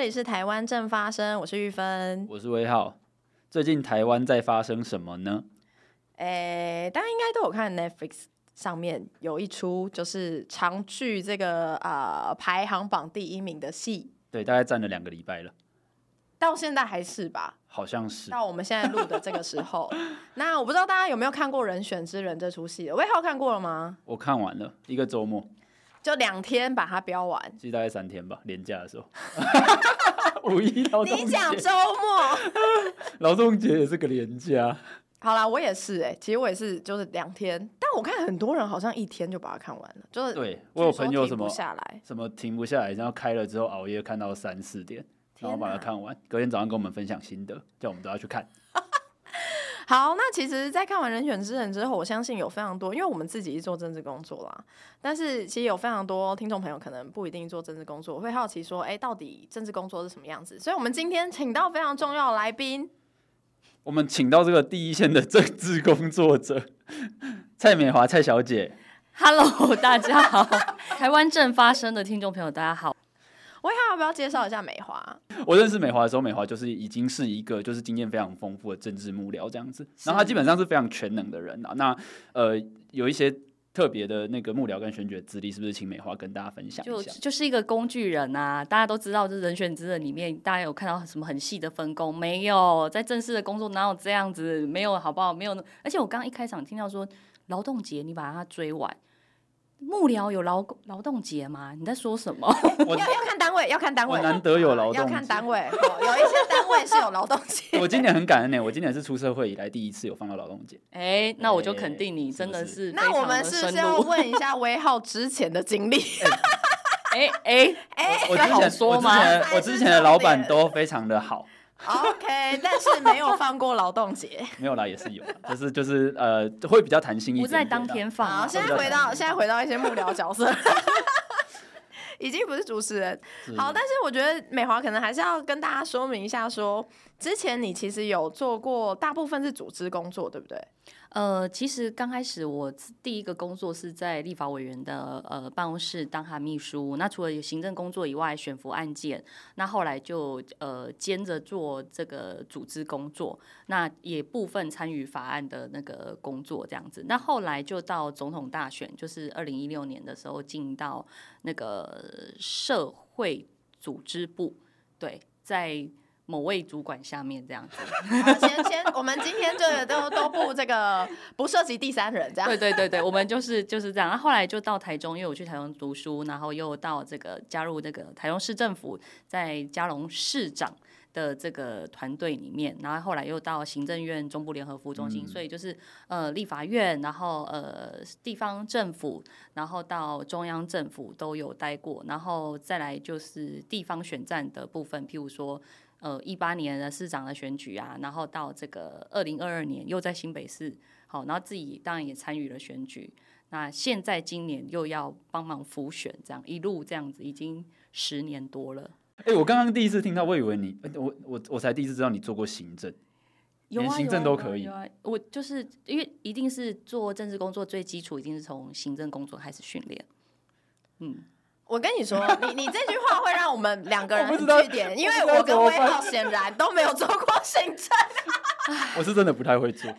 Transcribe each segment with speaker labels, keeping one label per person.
Speaker 1: 里是台湾正发生，我是玉芬。
Speaker 2: 我是威浩。最近台湾在发生什么呢？
Speaker 1: 诶、大家应该都有看 Netflix 上面有一出就是长剧这个呃排行榜第一名的戏，
Speaker 2: 对，大概站了两个礼拜了，
Speaker 1: 到现在还是吧？
Speaker 2: 好像是。
Speaker 1: 到我们现在录的这个时 候，那我不知道大家有没有看过《人选之人》这出戏？魏浩看过了吗？
Speaker 2: 我看完了一个周末，
Speaker 1: 就两天把它标完。
Speaker 2: 其实大概三天吧，年假的时候。 五一劳动
Speaker 1: 你讲
Speaker 2: 节，
Speaker 1: 周末？
Speaker 2: 劳动节也是个年假。
Speaker 1: 好啦，我也是哎、其实我也是，就是两天，但我看很多人好像一天就把它看完了，就是
Speaker 2: 对
Speaker 1: 据
Speaker 2: 我有
Speaker 1: 说
Speaker 2: 朋友
Speaker 1: 停
Speaker 2: 什
Speaker 1: 不
Speaker 2: 么
Speaker 1: 下来，
Speaker 2: 什么停不下来，然后开了之后熬夜看到三四点，然后把它
Speaker 1: 天哪
Speaker 2: 看完，隔天早上跟我们分享心得，叫我们都要去看。
Speaker 1: 好，那其实，在看完《人选之人》之后，我相信有非常多，因为我们自己是做政治工作啦，但是其实有非常多听众朋友可能不一定做政治工作，会好奇说，哎、到底政治工作是什么样子？所以我们今天请到非常重要的来宾，
Speaker 2: 我们请到这个第一线的政治工作者蔡美华蔡小姐，
Speaker 3: Hello，大 家好，台湾正发生的听众朋友，大家好。
Speaker 1: 我要不要介绍一下美华？
Speaker 2: 我认识美华的时候，美华就是已经是一个就是经验非常丰富的政治幕僚这样子，然后他基本上是非常全能的人啊。那呃，有一些特别的那个幕僚跟选举的资历，是不是请美华跟大家分享
Speaker 3: 就
Speaker 2: 一下？
Speaker 3: 就是一个工具人啊，大家都知道，这人选之人里面，大家有看到什么很细的分工没有？在正式的工作哪有这样子？没有，好不好？没有。而且我刚刚一开场听到说劳动节，你把它追完，幕僚有劳劳动节吗？你在说 什么？
Speaker 2: 我
Speaker 1: 要要看单位，要看单位，
Speaker 2: 我哦难得有劳动
Speaker 1: 要看
Speaker 2: 节
Speaker 1: 单位，好有一些单位是有劳动节
Speaker 2: 我今年很感恩呢、我今年是出社会以来第一次有放到劳动节。
Speaker 3: 哎、那我就肯定
Speaker 2: 哎
Speaker 3: 你
Speaker 2: 是
Speaker 3: 真的
Speaker 2: 不是
Speaker 3: 是
Speaker 1: 那我们
Speaker 3: 非
Speaker 1: 是
Speaker 3: 常
Speaker 1: 不
Speaker 3: 的
Speaker 1: 是
Speaker 3: 深
Speaker 1: 要
Speaker 3: 入
Speaker 1: 问一下威浩之前的经 历？
Speaker 3: 哎哎，
Speaker 1: 哎、
Speaker 2: 我之
Speaker 3: 这好
Speaker 2: 前
Speaker 3: 说
Speaker 2: 我之
Speaker 3: 吗
Speaker 2: 前
Speaker 1: 还
Speaker 2: 我
Speaker 1: 是
Speaker 2: 之前的老板
Speaker 1: 重点
Speaker 2: 都非常的好，
Speaker 1: o k 但是没有放过劳动节。
Speaker 2: 没有啦也是有啦，就是就是呃会比较弹性一点
Speaker 3: 不在
Speaker 2: 点啦
Speaker 3: 当天放、
Speaker 1: 好，
Speaker 3: 啊。
Speaker 1: 现在回到现在回到一些幕僚角 色，已经不是主持人。
Speaker 2: 是
Speaker 1: 好，但是我觉得美华可能还是要跟大家说明一下说之前你其实有做过大部分是组织工作， 对不对？
Speaker 3: 呃，其实刚开始我自第一个工作是在立法委员的呃办公室当他秘书。那除了有行政工作以外，选服案件，那后来就呃兼着做这个组织工作，那也部分参与法案的那个工作这样子。那后来就到总统大选，就是二零一六年的时候进到那个社会组织部，对，在某位主管下面这样子。
Speaker 1: 好，先先我们今天这个都都不这个不涉及第三人这样。
Speaker 3: 对对对对，我们就是就是这样。然后后来就到台中，因为我去台中读书，然后又到这个加入这个台中市政府，在嘉隆市长的这个团队里面，然后后来又到行政院中部联合服务中心，
Speaker 2: 嗯
Speaker 3: 所以就是呃立法院，然后呃地方政府，然后到中央政府都有待过，然后再来就是地方选战的部分，譬如说。呃，一八年的市长的选举啊，然后到这个二零二二年又在新北市，好，然后自己当然也参与了选举。那现在今年又要帮忙辅选，这样一路这样子已经十年多了。
Speaker 2: 哎、我刚刚第一次听到，我以为你，呃我我我才第一次知道你做过行政，
Speaker 3: 有啊
Speaker 2: 连行
Speaker 3: 有啊
Speaker 2: 政都
Speaker 3: 有啊
Speaker 2: 可以
Speaker 3: 有啊我就是因为一定是做政治工作最基础，一定是从行政工作开始训练。嗯，
Speaker 1: 我跟你说， 你你这句话会让我们两个人
Speaker 2: 我不
Speaker 1: 很
Speaker 2: 知道
Speaker 1: 据点，因为
Speaker 2: 我不知
Speaker 1: 我跟
Speaker 2: 道怎么
Speaker 1: 威
Speaker 2: 办
Speaker 1: 浩显然都没有做过行 政，
Speaker 2: 我是真的不太会做。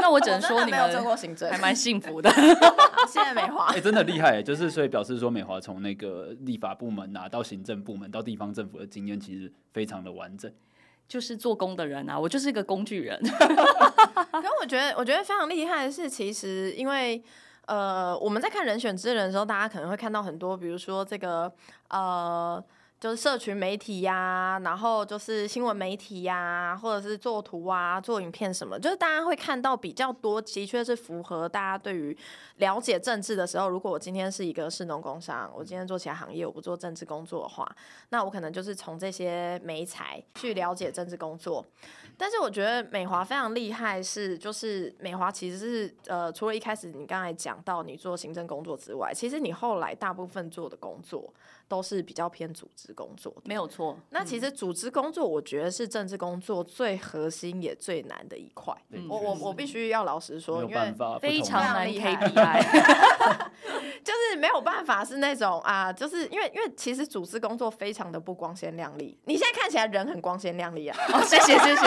Speaker 3: 那我只能
Speaker 1: 我
Speaker 3: 说
Speaker 1: 真
Speaker 3: 你
Speaker 1: 的没有做
Speaker 3: 们
Speaker 1: 过行政
Speaker 3: 还。蛮幸福的。
Speaker 1: 好谢谢美华
Speaker 2: 哎、。真的厉害、就是所以表示说，美华从那个立法部门啊，到行政部门，到地方政府的经验，其实非常的完整。
Speaker 3: 就是做工的人啊，我就是一个工具人。
Speaker 1: 可我觉得，我觉得非常厉害的是，其实因为呃，我们在看《人选之人》的时候，大家可能会看到很多，比如说这个呃。就是社群媒体呀、然后就是新闻媒体呀、或者是做图啊、做影片什么，就是大家会看到比较多，的确是符合大家对于了解政治的时候。如果我今天是一个士农工商，我今天做其他行业，我不做政治工作的话，那我可能就是从这些媒材去了解政治工作。但是我觉得美华非常厉害是，就是美华其实是呃，除了一开始你刚才讲到你做行政工作之外，其实你后来大部分做的工作都是比较偏组织工作的。
Speaker 3: 没有错。
Speaker 1: 那其
Speaker 2: 嗯
Speaker 1: 实组织工作，我觉得是政治工作最核心也最难的一块。
Speaker 2: 对
Speaker 1: 我我我必须要老实说，
Speaker 2: 没有
Speaker 1: 哦因为
Speaker 2: 办法，啊
Speaker 3: 非常
Speaker 1: 非常
Speaker 3: 难
Speaker 1: 厉害
Speaker 3: KPI，
Speaker 1: 就是没有办法是那种啊，就是因为因为其实组织工作非常的不光鲜亮丽。你现在看起来人很光鲜亮丽啊，
Speaker 3: 哦，谢谢谢谢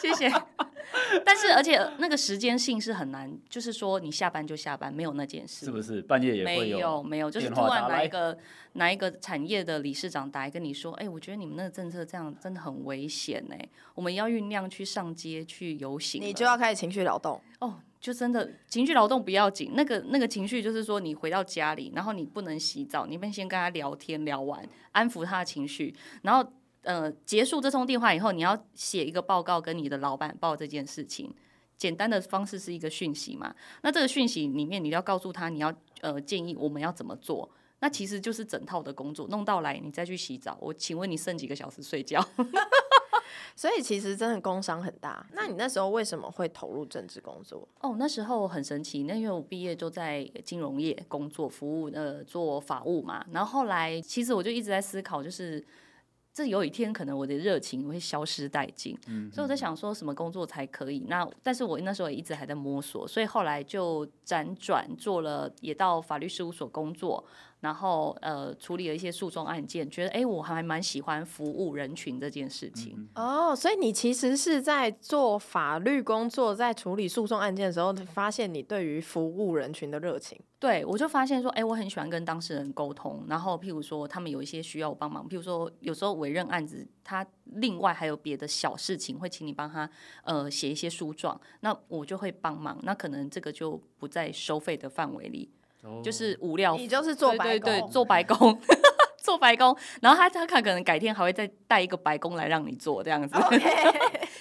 Speaker 3: 谢谢。 但是而且那个时间性是很难，就是说你下班就下班，没有那件事，
Speaker 2: 是不是半夜也
Speaker 3: 没
Speaker 2: 会
Speaker 3: 有没有，就是
Speaker 2: 电
Speaker 3: 突
Speaker 2: 话
Speaker 3: 然
Speaker 2: 打
Speaker 3: 哪
Speaker 2: 来
Speaker 3: 一个哪一个产业的理事长打来跟你说，哎、我觉得你们那个政策这样真的很危险哎、我们要酝酿去上街去游行 了，
Speaker 1: 你就要开始情绪劳动。
Speaker 3: 哦，就真的情绪劳动不要紧，那个那个情绪就是说，你回到家里，然后你不能洗澡，你们先跟他聊天聊完，安抚他的情绪，然后呃结束这通电话以后，你要写一个报告跟你的老板报这件事情。简单的方式是一个讯息嘛，那这个讯息里面你要告诉他你要呃建议我们要怎么做，那其实就是整套的工作弄到来，你再去洗澡。我请问你剩几个小时睡觉？
Speaker 1: 所以其实真的工伤很大。那你那时候为什么会投入政治工作？
Speaker 3: 哦，那时候很神奇，那因为我毕业就在金融业工作，服务呃做法务嘛，然后后来其实我就一直在思考，就是这有一天可能我的热情会消失殆尽，所以我在想说什么工作才可以。那但是我那时候也一直还在摸索，所以后来就辗转做了，也到法律事务所工作，然后呃处理了一些诉讼案件，觉得哎我还蛮喜欢服务人群这件事情。
Speaker 1: 哦，所以你其实是在做法律工作，在处理诉讼案件的时候，发现你对于服务人群的热情。
Speaker 3: 对，我就发现说，哎，我很喜欢跟当事人沟通。然后，譬如说，他们有一些需要我帮忙，譬如说，有时候委任案子，他另外还有别的小事情，会请你帮他呃写一些诉状，那我就会帮忙。那可能这个就不在收费的范围里，
Speaker 2: 有
Speaker 3: 就是无料
Speaker 1: 你就是做白
Speaker 3: 对对对，
Speaker 1: 工
Speaker 3: 做白工。 做白工，然后他他看可能改天还会再带一个白工来让你做这样子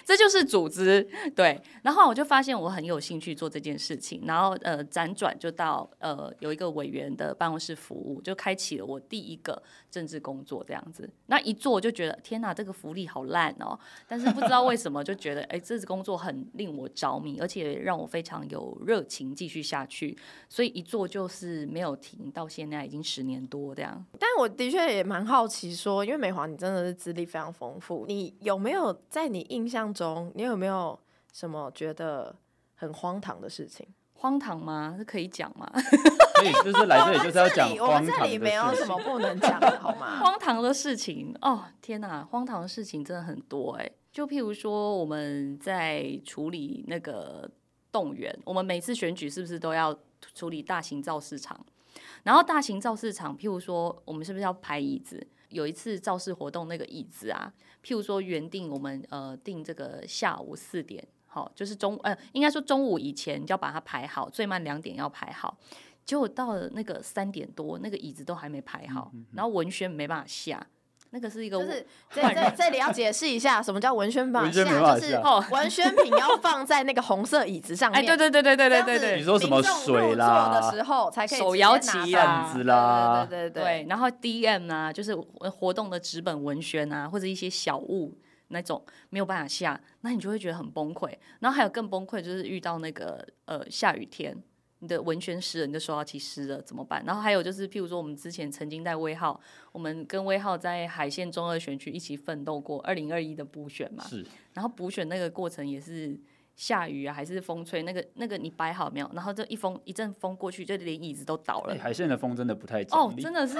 Speaker 3: 这就是组织对。然后我就发现我很有兴趣做这件事情，然后呃辗转就到呃有一个委员的办公室服务，就开启了我第一个政治工作这样子。那一做我就觉得天哪，这个福利好烂哦！但是不知道为什么就觉得哎，这个工作很令我着迷，而且让我非常有热情继续下去，所以一做就是没有停，到现在已经十年多这样。
Speaker 1: 但我的确也蛮好奇说，因为美华你真的是资历非常丰富，你有没有在你印象中，你有没有什么觉得很荒唐的事 情？
Speaker 3: 荒唐吗？这可以讲吗？
Speaker 2: 所以就是来这里 就是要讲
Speaker 1: 我们这里我们
Speaker 2: 荒唐的
Speaker 1: 这里没有
Speaker 2: 事
Speaker 1: 什
Speaker 2: 情。
Speaker 1: 么不能讲的，好 吗？
Speaker 3: 荒唐的事情哦，天哪，荒唐的事情真的很多哎、就譬如说，我们在处理那个动员，我们每次选举是不是都要处理大型造市场？然后大型造市场，譬如说，我们是不是要排椅子？有一次造势活动那个椅子啊，譬如说原定我们呃定这个下午四点，好，就是中呃应该说中午以前就要把它排好，最慢两点要排好。结果到了那个三点多，那个椅子都还没排好，然后文轩没办法下，那个是一个
Speaker 1: 就是这这这里要解释一下，什么叫文宣版
Speaker 2: 文宣没办法
Speaker 1: 就是
Speaker 2: 下
Speaker 1: 哦文宣品要放在那个红色椅子上面。
Speaker 3: 哎，对对对对对对对
Speaker 2: 你
Speaker 3: 对
Speaker 2: 说什么水啦
Speaker 1: 的时候才可以
Speaker 3: 手
Speaker 1: 直接
Speaker 3: 摇
Speaker 1: 拿
Speaker 3: 旗
Speaker 1: 上
Speaker 3: 啊
Speaker 2: 扇子啦，
Speaker 1: 对对对哦
Speaker 3: 对，然后 DM 啊，就是活活动的纸本文宣啊，或者一些小物。那种没有办法下，那你就会觉得很崩溃。然后还有更崩溃，就是遇到那个呃下雨天，你的文宣诗人就收到其诗了，怎么办？然后还有就是，譬如说我们之前曾经带威浩，我们跟威浩在海线中二选区一起奋斗过二零二一的补选嘛，
Speaker 2: 是
Speaker 3: 然后补选那个过程也是下雨啊，还是风吹，那个那个你摆好没有？然后这一风一阵风过去，就连椅子都倒了
Speaker 2: 哎。海线的风真的不太
Speaker 3: 哦
Speaker 2: 讲，理
Speaker 3: 真。的是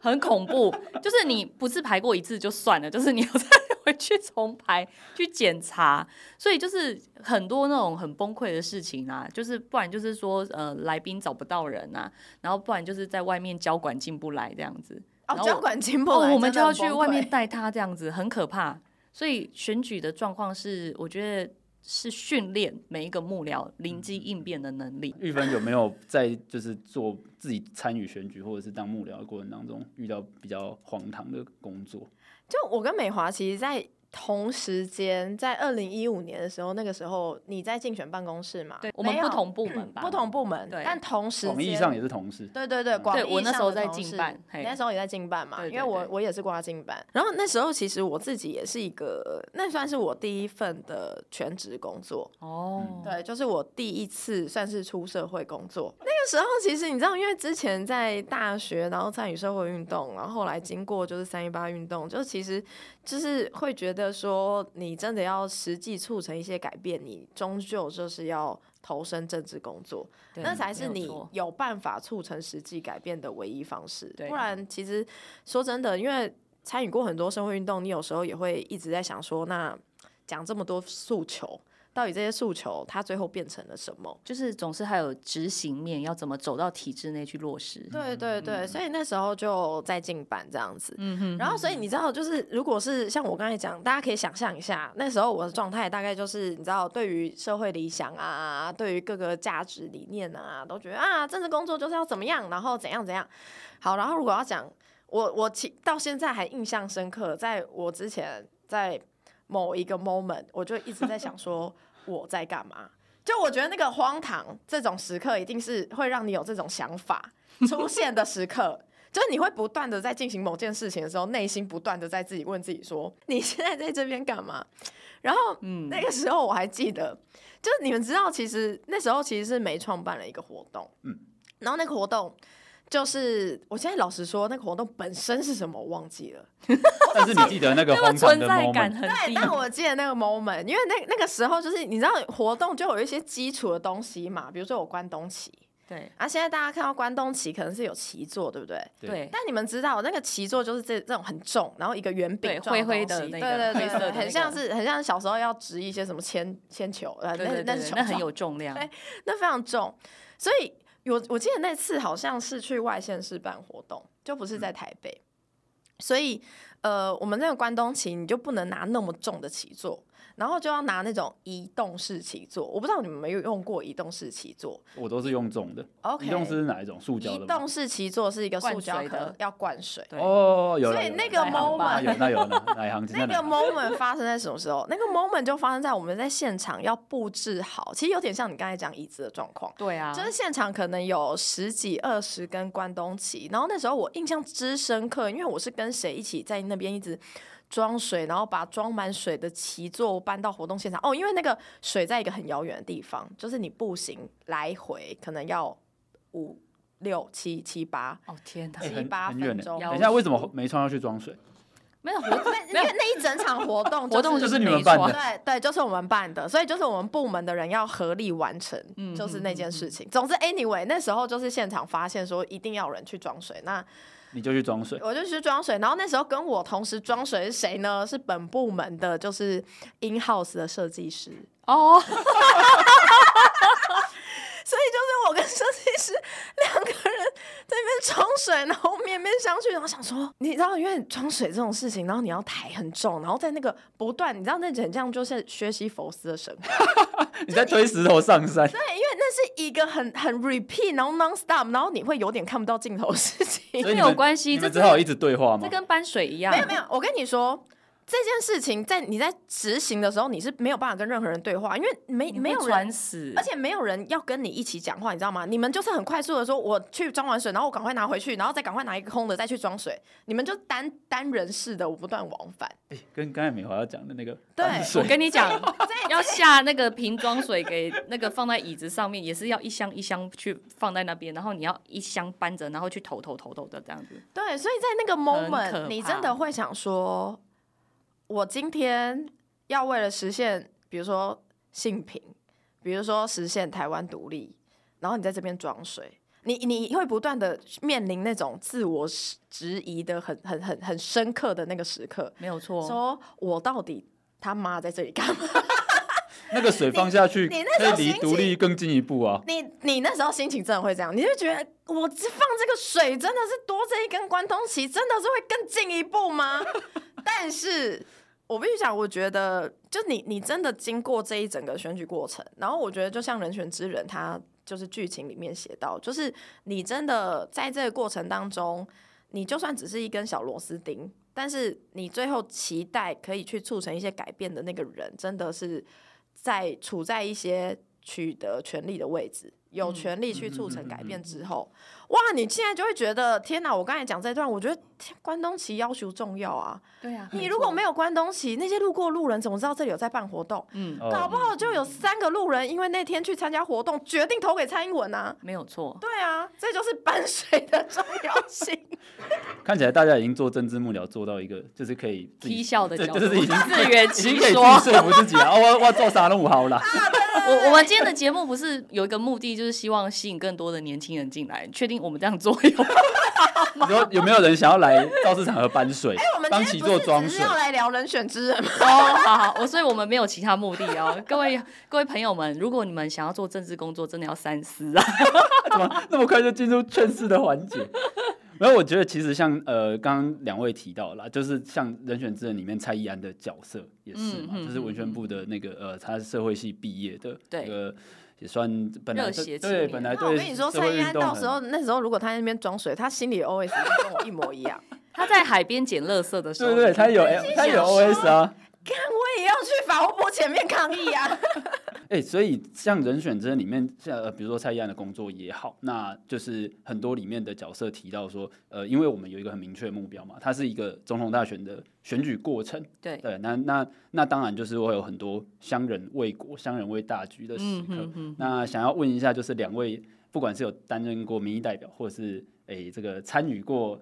Speaker 3: 很恐怖，就是你不是排过一次就算了，就是你要 再回去重排去检查，所以就是很多那种很崩溃的事情啊，就是不然就是说呃来宾找不到人啊，然后不然就是在外面交管进不来这样子，
Speaker 1: 哦
Speaker 3: 然，后
Speaker 1: 交管进不
Speaker 3: 哦，
Speaker 1: 来
Speaker 3: 我们
Speaker 1: 真
Speaker 3: 就
Speaker 1: 的
Speaker 3: 要
Speaker 1: 很
Speaker 3: 去
Speaker 1: 崩
Speaker 3: 外面
Speaker 1: 溃
Speaker 3: 带他，这样子很可怕。所以选举的状况是，我觉得是训练每一个幕僚灵机应变的能
Speaker 1: 嗯
Speaker 3: 力。
Speaker 2: 玉芬有没有在就是做自己参与选举或者是当幕僚的过程当中遇到比较荒唐的工作？
Speaker 1: 就我跟美华，其实，在同时间，在二零一五年的时候，那个时候你在竞选办公室嘛，
Speaker 3: 我们
Speaker 1: 没有
Speaker 3: 不同部门吧，
Speaker 1: 不同部门，
Speaker 3: 对
Speaker 1: 但同时
Speaker 2: 广义
Speaker 1: 间
Speaker 2: 上也是嗯同事，
Speaker 1: 对对对，广义
Speaker 3: 对我那
Speaker 1: 上
Speaker 3: 时候
Speaker 1: 的
Speaker 3: 在
Speaker 1: 同
Speaker 3: 进
Speaker 1: 事
Speaker 3: 办
Speaker 1: 你
Speaker 3: 嘿
Speaker 1: 那时候也在进办嘛，
Speaker 3: 对对
Speaker 1: 因为我
Speaker 3: 对
Speaker 1: 我也是挂进办。然后那时候其实我自己也是一个，那算是我第一份的全职工作，
Speaker 3: 哦，
Speaker 1: 嗯对，就是我第一次算是出社会工作。那时候其实你知道，因为之前在大学，然后参与社会运动，然后后来经过就是三一八运动，就其实就是会觉得说，你真的要实际促成一些改变，你终究就是要投身政治工作，
Speaker 3: 对
Speaker 1: 那才是
Speaker 3: 没
Speaker 1: 你
Speaker 3: 有错
Speaker 1: 有办法促成实际改变的唯一方式。
Speaker 3: 对啊
Speaker 1: 不然，其实说真的，因为参与过很多社会运动，你有时候也会一直在想说，那讲这么多诉求，到底这些诉求它最后变成了什么？
Speaker 3: 就是总是还有执行面，要怎么走到体制内去落实。
Speaker 1: 对对
Speaker 3: 嗯
Speaker 1: 对，所以那时候就在进版这样子。
Speaker 2: 嗯
Speaker 1: 然后所以你知道，就是如果是像我刚才讲，大家可以想象一下，那时候我的状态大概就是，你知道，对于社会理想啊，对于各个价值理念啊，都觉得啊，政治工作就是要怎么样，然后怎样怎样。好，然后如果要讲我，我其到现在还印象深刻，在我之前在某一个 moment，我就一直在想说我在干嘛。就我觉得那个荒唐这种时刻，一定是会让你有这种想法出现的时刻。就是你会不断的在进行某件事情的时候，内心不断的在自己问自己说：“你现在在这边干 嘛？”然后
Speaker 3: 嗯，
Speaker 1: 那个时候我还记得，就是你们知道，其实那时候其实是没创办了一个活动，
Speaker 2: 嗯
Speaker 1: 嗯，然后那个活动就是我现在老实说，那个活动本身是什么我忘记了，
Speaker 2: 但是你记得那个
Speaker 3: 那
Speaker 2: 荒
Speaker 3: 个
Speaker 2: 唐
Speaker 3: 存
Speaker 2: 的
Speaker 3: 在感
Speaker 2: moment，
Speaker 3: 很低
Speaker 1: 对，，但我记得哎那个 moment，因为那那个时候就是你知道活动就有一些基础的东西嘛，比如说有关东旗，
Speaker 3: 对
Speaker 1: 啊，现在大家看到关东旗可能是有旗座，对不对？
Speaker 3: 对
Speaker 1: 但你们知道，那个旗座就是这这种很重，然后一个圆饼
Speaker 3: 对
Speaker 1: 状
Speaker 3: 灰灰的
Speaker 1: 东西
Speaker 3: 那个
Speaker 1: 对对
Speaker 3: 灰色的
Speaker 1: 对，
Speaker 3: 那个
Speaker 1: 很像是很像是小时候要掷一些什么铅铅球，呃，
Speaker 3: 对
Speaker 1: 那
Speaker 3: 对
Speaker 1: 那
Speaker 3: 对
Speaker 1: 是，
Speaker 3: 那
Speaker 1: 球
Speaker 3: 很
Speaker 1: 状
Speaker 3: 有重量。
Speaker 1: 对那非常重，所以我我记得那次好像是去外县市办活动，就不是
Speaker 3: 嗯
Speaker 1: 在台北，所以呃，我们那个关东旗你就不能拿那么重的旗座，然后就要拿那种移动式旗座。我不知道你们有没有用过移动式旗座
Speaker 2: 我都是用重的。
Speaker 1: ，OK？
Speaker 2: 移动是哪一种？塑胶
Speaker 1: 移
Speaker 2: 的吗？
Speaker 1: 动式旗座是一个塑胶
Speaker 3: 灌水的
Speaker 1: 壳，要灌水。
Speaker 3: 对
Speaker 2: 哦，有了
Speaker 1: 所以
Speaker 2: 有了
Speaker 1: 那个
Speaker 2: 哪一行
Speaker 1: moment-
Speaker 2: 有那有那 哪一行？
Speaker 1: 那个
Speaker 2: 哪一行
Speaker 1: moment 发生在什么时候？那 个 moment 就发生在我们在现场要布置好，其实有点像你刚才讲椅子的状况。
Speaker 3: 对啊，
Speaker 1: 就是现场可能有十几二十根关东旗，然后那时候我印象之深刻，因为我是跟谁一起在那边一直装水，然后把装满水的旗座搬到活动现场。哦，因为那个水在一个很遥远的地方，就是你步行来回可能要五六七七八。
Speaker 3: 哦天哪
Speaker 2: 哎，
Speaker 1: 七
Speaker 2: 很
Speaker 1: 八
Speaker 2: 很远
Speaker 1: 分
Speaker 2: 的。
Speaker 1: 钟
Speaker 2: 等一下，为什么没穿要去装水？
Speaker 3: 没 有活动，
Speaker 1: 那那那一整场活动、
Speaker 3: 活动
Speaker 2: 就是是你们办的
Speaker 3: 没错
Speaker 1: 哦对对，就是我们办的，所以就是我们部门的人要合力完成，
Speaker 3: 嗯
Speaker 1: 就是那件事情。总之，anyway，那时候就是现场发现说一定要有人去装水，那
Speaker 2: 你就去装水。
Speaker 1: 我就去装水。然后那时候跟我同时装水是谁呢？是本部门的，就是 in house 的设计师。
Speaker 3: 哦，
Speaker 1: 所以就是我跟设计师两个人在那边冲水，然后面面相觑，然后想说，你知道，因为冲水这种事情，然后你要抬很重，然后在那个不断，你知道那很像就是学习佛斯的生活，
Speaker 2: 你在推石头上山，
Speaker 1: 对，因为那是一个很很 repeat，然后 non stop，然后你会有点看不到尽头的事情。
Speaker 2: 所以你
Speaker 3: 没有
Speaker 2: 们
Speaker 3: 关系
Speaker 2: 你们
Speaker 3: 这
Speaker 2: 只好一直对话吗
Speaker 3: 这？跟搬水一样
Speaker 1: 没，有没有，我跟你说。这件事情在你在执行的时候，你是没有办法跟任何人对话，因为没
Speaker 3: 你
Speaker 1: 没有
Speaker 3: 会
Speaker 1: 人
Speaker 3: 传死，
Speaker 1: 而且没有人要跟你一起讲话，你知道吗？你们就是很快速的说，我去装完水，然后我赶快拿回去，然后再赶快拿一个空的再去装水。你们就单单人式的不断往返。
Speaker 2: 哎跟刚才美华要讲的那个
Speaker 1: 对
Speaker 2: 搬
Speaker 3: 我
Speaker 2: 水，
Speaker 3: 跟你讲，
Speaker 1: 对
Speaker 3: 要下那个瓶装水给那个放在椅子上面，也是要一箱一箱去放在那边，然后你要一箱搬着，然后去投投投投的这样子。
Speaker 1: 对，所以在那个
Speaker 3: 很可
Speaker 1: moment，
Speaker 3: 怕
Speaker 1: 你真的会想说，我今天要为了实现，比如说性平，比如说实现台湾独立，然后你在这边装水。你你会不断的面临那种自我质疑的很很很很深刻的那个时刻，
Speaker 3: 没有错，
Speaker 1: 说我到底他妈在这里干嘛？
Speaker 2: 那个水放下去，
Speaker 1: 你你那时
Speaker 2: 可
Speaker 1: 候
Speaker 2: 以离
Speaker 1: 心情
Speaker 2: 独立更进一步啊！
Speaker 1: 你你那时候心情真的会这样，你就觉得我这放这个水真的是多这一根关东旗，真的是会更进一步吗？但是我必须讲，我觉得就你你真的经过这一整个选举过程，然后我觉得就像《人选之人》，他就是剧情里面写到，就是你真的在这个过程当中，你就算只是一根小螺丝钉，但是你最后期待可以去促成一些改变的那个人，真的是在处在一些取得权力的位置，有权利去促成改变之后，哇，你现在就会觉得天哪！我刚才讲这段，我觉得天关东旗要求重要啊。
Speaker 3: 对啊，
Speaker 1: 你如果没有关东旗，那些路过路人怎么知道这里有在办活动？
Speaker 3: 嗯，
Speaker 2: 哦
Speaker 1: 搞不好就有三个路人因为那天去参加活动，决定投给蔡英文啊。
Speaker 3: 没有错，
Speaker 1: 对啊，这就是搬水的重要性。
Speaker 2: 看起来大家已经做政治幕僚做到一个，就是可以自己
Speaker 3: 踢笑的
Speaker 2: 对
Speaker 3: 角度，
Speaker 2: 就是已经
Speaker 3: 自 圆
Speaker 2: 已经可
Speaker 3: 其
Speaker 2: 以自己
Speaker 3: 说。
Speaker 2: 说服自己了。哦我我做啥都不好啦。
Speaker 3: 我我们今天的节目不是有一个目的，就是希望吸引更多的年轻人进来。你确定我们这样做有？
Speaker 2: 你说有没有人想要来造市场和搬水
Speaker 1: 我们，
Speaker 2: 帮
Speaker 1: 今
Speaker 2: 其
Speaker 1: 天不
Speaker 2: 做
Speaker 1: 是
Speaker 2: 装
Speaker 1: 只是
Speaker 2: 水？
Speaker 1: 要来聊人选之人吗？
Speaker 3: 哦，好好，我所以我们没有其他目的哦。各位各位朋友们，如果你们想要做政治工作，真的要三思啊。
Speaker 2: 怎么那么快就进入劝世的环节？然后我觉得其实像呃，刚刚两位提到了啦，就是像《人选之人》里面蔡依安的角色也是嘛，
Speaker 3: 嗯嗯
Speaker 2: 就是文宣部的那个呃，他是社会系毕业的，
Speaker 3: 对
Speaker 2: 呃，也算本来
Speaker 3: 热
Speaker 2: 对
Speaker 3: 血青
Speaker 2: 对
Speaker 3: 年
Speaker 2: 本 来
Speaker 1: 那我
Speaker 2: 哎对
Speaker 1: 跟你说，
Speaker 2: 社
Speaker 1: 蔡
Speaker 2: 会
Speaker 1: 依
Speaker 2: 运
Speaker 1: 安
Speaker 2: 动
Speaker 1: 到
Speaker 2: 很
Speaker 1: 时候那时候如果他在那边装水，他心里 OS 就跟我一模一 样。
Speaker 3: 他在海边捡垃圾的时候，
Speaker 2: 对对，他有他有
Speaker 1: 想说
Speaker 2: OS 啊，
Speaker 1: 看我也要去法务部前面抗议啊！
Speaker 2: 哎、所以像《人选之人》里面，像、呃、比如说蔡依安的工作也好，那就是很多里面的角色提到说，呃，因为我们有一个很明确的目标嘛，它是一个总统大选的选举过程，
Speaker 3: 对，
Speaker 2: 对，那那那当然就是会有很多乡人为国、乡人为大局的时
Speaker 3: 嗯
Speaker 2: 刻。
Speaker 3: 嗯嗯，
Speaker 2: 那想要问一下，就是两位不管是有担任过民意代表，或者是诶、这个参与过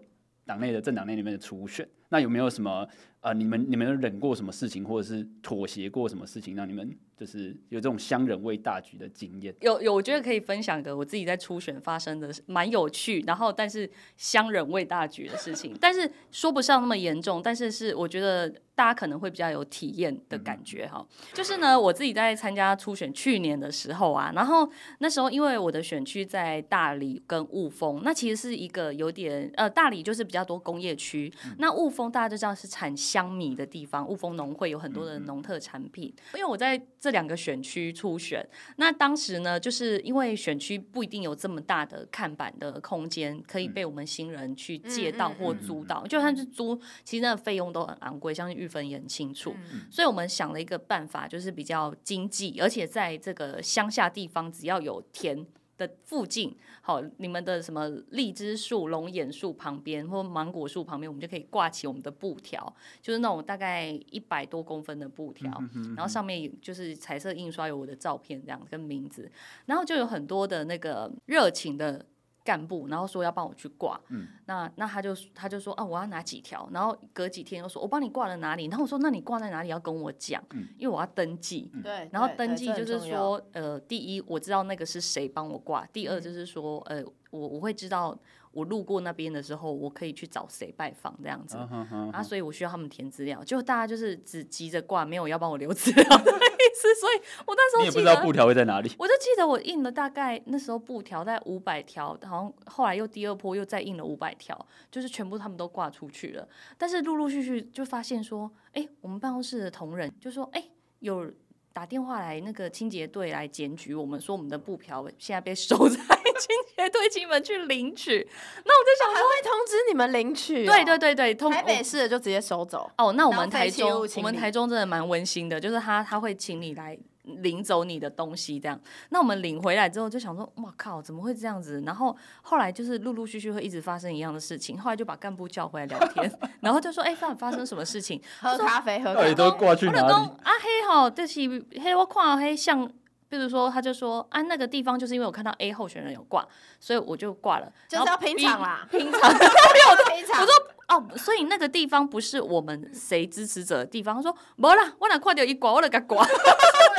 Speaker 2: 党内的政党内里面的初选，那有没有什么呃你们你们有忍过什么事情，或者是妥协过什么事情，让你们就是有这种乡人为大局的经验？
Speaker 3: 有有，我觉得可以分享个我自己在初选发生的蛮有趣，然后但是乡人为大局的事情，但是说不上那么严重，但是是我觉得大家可能会比较有体验的感觉哈。就是呢，我自己在参加初选去年的时候啊，然后那时候因为我的选区在大理跟雾峰，那其实是一个有点呃，大理就是比较多工业区，
Speaker 1: 嗯
Speaker 3: 那雾峰大家就知道是产香米的地方，雾峰农会有很多的农特产品。因为我在这两个选区初选，那当时呢，就是因为选区不一定有这么大的看板的空间，可以被我们新人去借到
Speaker 1: 嗯嗯
Speaker 3: 或租到，就算是租，其实那个费用都很昂贵，像是玉芬也很清楚。所以我们想了一个办法，就是比较经济，而且在这个乡下地方，只要有田。的附近，好，你们的什么荔枝树、龙眼树旁边或芒果树旁边，我们就可以挂起我们的布条，就是那种大概一百多公分的布条，然后上面就是彩色印刷有我的照片这样跟名字，然后就有很多的那个热情的干部，然后说要帮我去挂，那那他就他就说啊，我要拿几条，然后隔几天又说我帮你挂了哪里，然后我说那你挂在哪里要跟我讲，
Speaker 2: 嗯
Speaker 3: 因为我要登记。
Speaker 1: 对
Speaker 3: 然后登记就是，说，呃，第一我知道那个是谁帮我挂，第
Speaker 1: 嗯
Speaker 3: 二就是说，呃，我我会知道我路过那边的时候，我可以去找谁拜访这样子。
Speaker 2: 啊哈哈
Speaker 3: 啊，所以我需要他们填资料，就大家就是只急着挂，没有要帮我留资料的意思，所以我那时
Speaker 2: 你
Speaker 3: 候
Speaker 2: 也不
Speaker 3: 记
Speaker 2: 知道
Speaker 3: 得
Speaker 2: 布，条会在 哪里，
Speaker 3: 我就记得我印了大概那时候布条大概五百条，好像后来又第二波又再印了五百条，就是全部他们都挂出去了。但是陆陆续续就发现说，哎、我们办公室的同仁就说，哎、有打电话来那个清洁队来检举我们，说我们的布条现在被收 在清洁队请你们去领取。
Speaker 1: 还会通知你们领取哦、
Speaker 3: 对对对对，通
Speaker 1: 台
Speaker 3: 我
Speaker 1: 北市的就直接收走。
Speaker 3: 哦，那我
Speaker 1: 浪
Speaker 3: 们
Speaker 1: 费
Speaker 3: 台
Speaker 1: 弃
Speaker 3: 中
Speaker 1: 物，
Speaker 3: 我
Speaker 1: 清
Speaker 3: 们
Speaker 1: 理
Speaker 3: 台中真的蛮温馨的，就是他他会请你来领走你的东西这样。那我们领回来之后就想说，哇靠，怎么会这样子？然后后来就是陆陆续续会一直发生一样的事情，后来就把干部叫回来聊天， 然后就说，哎、到底发生什么事情？
Speaker 1: 喝咖啡，喝
Speaker 2: 到
Speaker 1: 咖
Speaker 2: 底
Speaker 1: 啡。
Speaker 2: 都挂去
Speaker 3: 我
Speaker 2: 哪
Speaker 3: 老公
Speaker 2: 里？
Speaker 3: 啊嘿吼，就是嘿我看到嘿像。比如说，他就说啊，那个地方就是因为我看到 A 候选人有挂，所以我就挂了。
Speaker 1: 就
Speaker 3: 然
Speaker 1: 是要
Speaker 3: 后
Speaker 1: 平啊
Speaker 3: B-
Speaker 1: 常啦，
Speaker 3: 平常
Speaker 1: 非常。
Speaker 3: 我说哦，所以那个地方不是我们谁支持者的地方。他说没啦，我哪看到一刮，我哪个刮。
Speaker 1: 出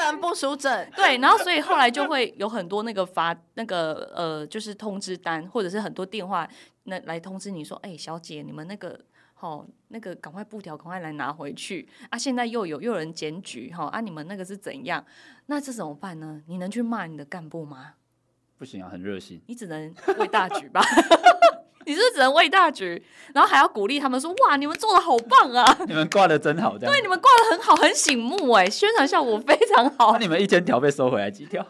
Speaker 1: 人不输 阵，
Speaker 3: 对，然后所以后来就会有很多那个发那个呃，就是通知单，或者是很多电话那来通知你说，哎、小姐，你们那个。哦，那个赶快布条，赶快来拿回去啊！现在又有又有人检举，哈、啊，你们那个是怎样？那这怎么办呢？你能去骂你的干部吗？
Speaker 2: 不行啊，很热心。
Speaker 3: 你只能为大局吧， 你是不是只能为大局，然后还要鼓励他们说，哇，你们做的好棒啊！
Speaker 2: 你们挂的真好，这样
Speaker 3: 对，。你们挂的很好，很醒目哎，宣传效果非常好
Speaker 2: 那。你们一千条被收回来几 条？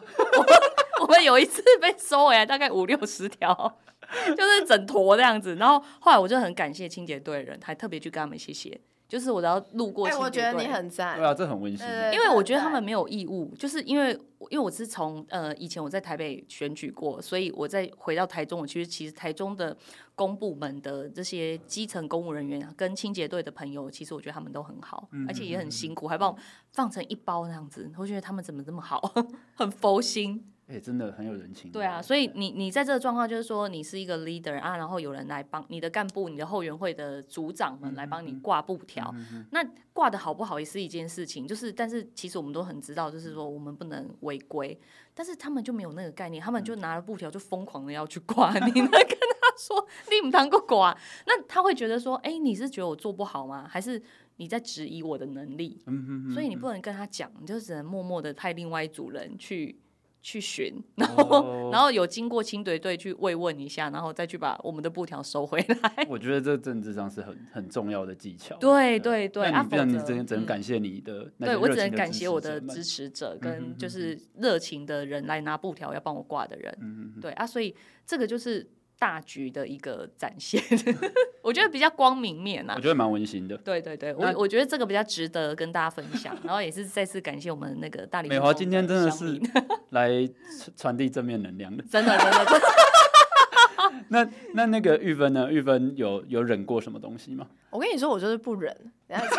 Speaker 3: 我们有一次被收回来，大概五六十条， 就是整坨这样子。然后后来我就很感谢清洁队的人，还特别去跟他们谢谢，就是我只要路过
Speaker 1: 哎、
Speaker 3: 清洁队，
Speaker 1: 我觉得你很赞
Speaker 2: 对，啊，这很温馨。
Speaker 1: 对
Speaker 3: 因为我觉得他们没有义务，就是因为因为我是从呃以前我在台北选举过，所以我再回到台中，我其实其实台中的公部门的这些基层公务人员跟清洁队的朋友，其实我觉得他们都很好，
Speaker 2: 嗯
Speaker 3: 而且也很辛苦，
Speaker 2: 嗯嗯
Speaker 3: 还帮我放成一包那样子，我觉得他们怎么这么好， 很佛心。
Speaker 2: 哎、真的很有人情味。
Speaker 3: 对啊，所以你你在这个状况就是说，你是一个 leader 啊，然后有人来帮你的干部、你的后援会的组长
Speaker 2: 嗯
Speaker 3: 们来帮你挂布条。那挂的好不好也是一件事情，就是但是其实我们都很知道，就是说我们不能违规，但是他们就没有那个概念，他们
Speaker 2: 嗯
Speaker 3: 就拿了布条就疯狂的要去挂， 你能跟他说你唔当过挂，那他会觉得说，哎、你是觉得我做不好吗？还是你在质疑我的能力？
Speaker 2: 嗯哼哼
Speaker 3: 所以你不能跟他讲，你就只能默默的派另外一组人去去寻，
Speaker 2: 哦
Speaker 3: 然后、然后有经过清队队去慰问一下，然后再去把我们的布条收回来。
Speaker 2: 我觉得这政治上是很很重要的技巧。
Speaker 3: 对对对，
Speaker 2: 那
Speaker 3: 啊，
Speaker 2: 你这
Speaker 3: 否
Speaker 2: 样你
Speaker 3: 则
Speaker 2: 只能只能
Speaker 3: 嗯
Speaker 2: 感谢你的那些
Speaker 3: 对我
Speaker 2: 热
Speaker 3: 只能
Speaker 2: 情
Speaker 3: 感
Speaker 2: 支
Speaker 3: 谢
Speaker 2: 持
Speaker 3: 我
Speaker 2: 者
Speaker 3: 的
Speaker 2: 们
Speaker 3: 支持者
Speaker 2: 嗯哼
Speaker 3: 跟
Speaker 2: 嗯
Speaker 3: 就是热情的人来拿布条要帮我挂的人，
Speaker 2: 嗯嗯
Speaker 3: 对啊，所以这个就是大局的一个 展现，我觉得比较光明面啊
Speaker 2: 我。觉得蛮温馨的。
Speaker 3: 对对对，我
Speaker 2: 那
Speaker 3: 我觉得这个比较值得跟大家分享， 然后也是再次感谢我们那个大理
Speaker 2: 美
Speaker 3: 珠
Speaker 2: 华
Speaker 3: 峰
Speaker 2: 今天真的
Speaker 3: 乡
Speaker 2: 是
Speaker 3: 民
Speaker 2: 来传传递正面能量的。
Speaker 3: 真的真的真的，
Speaker 2: 那那那个玉芬呢？玉芬有有忍过什么东西吗？
Speaker 1: 我跟你说，我就是不 忍，然后像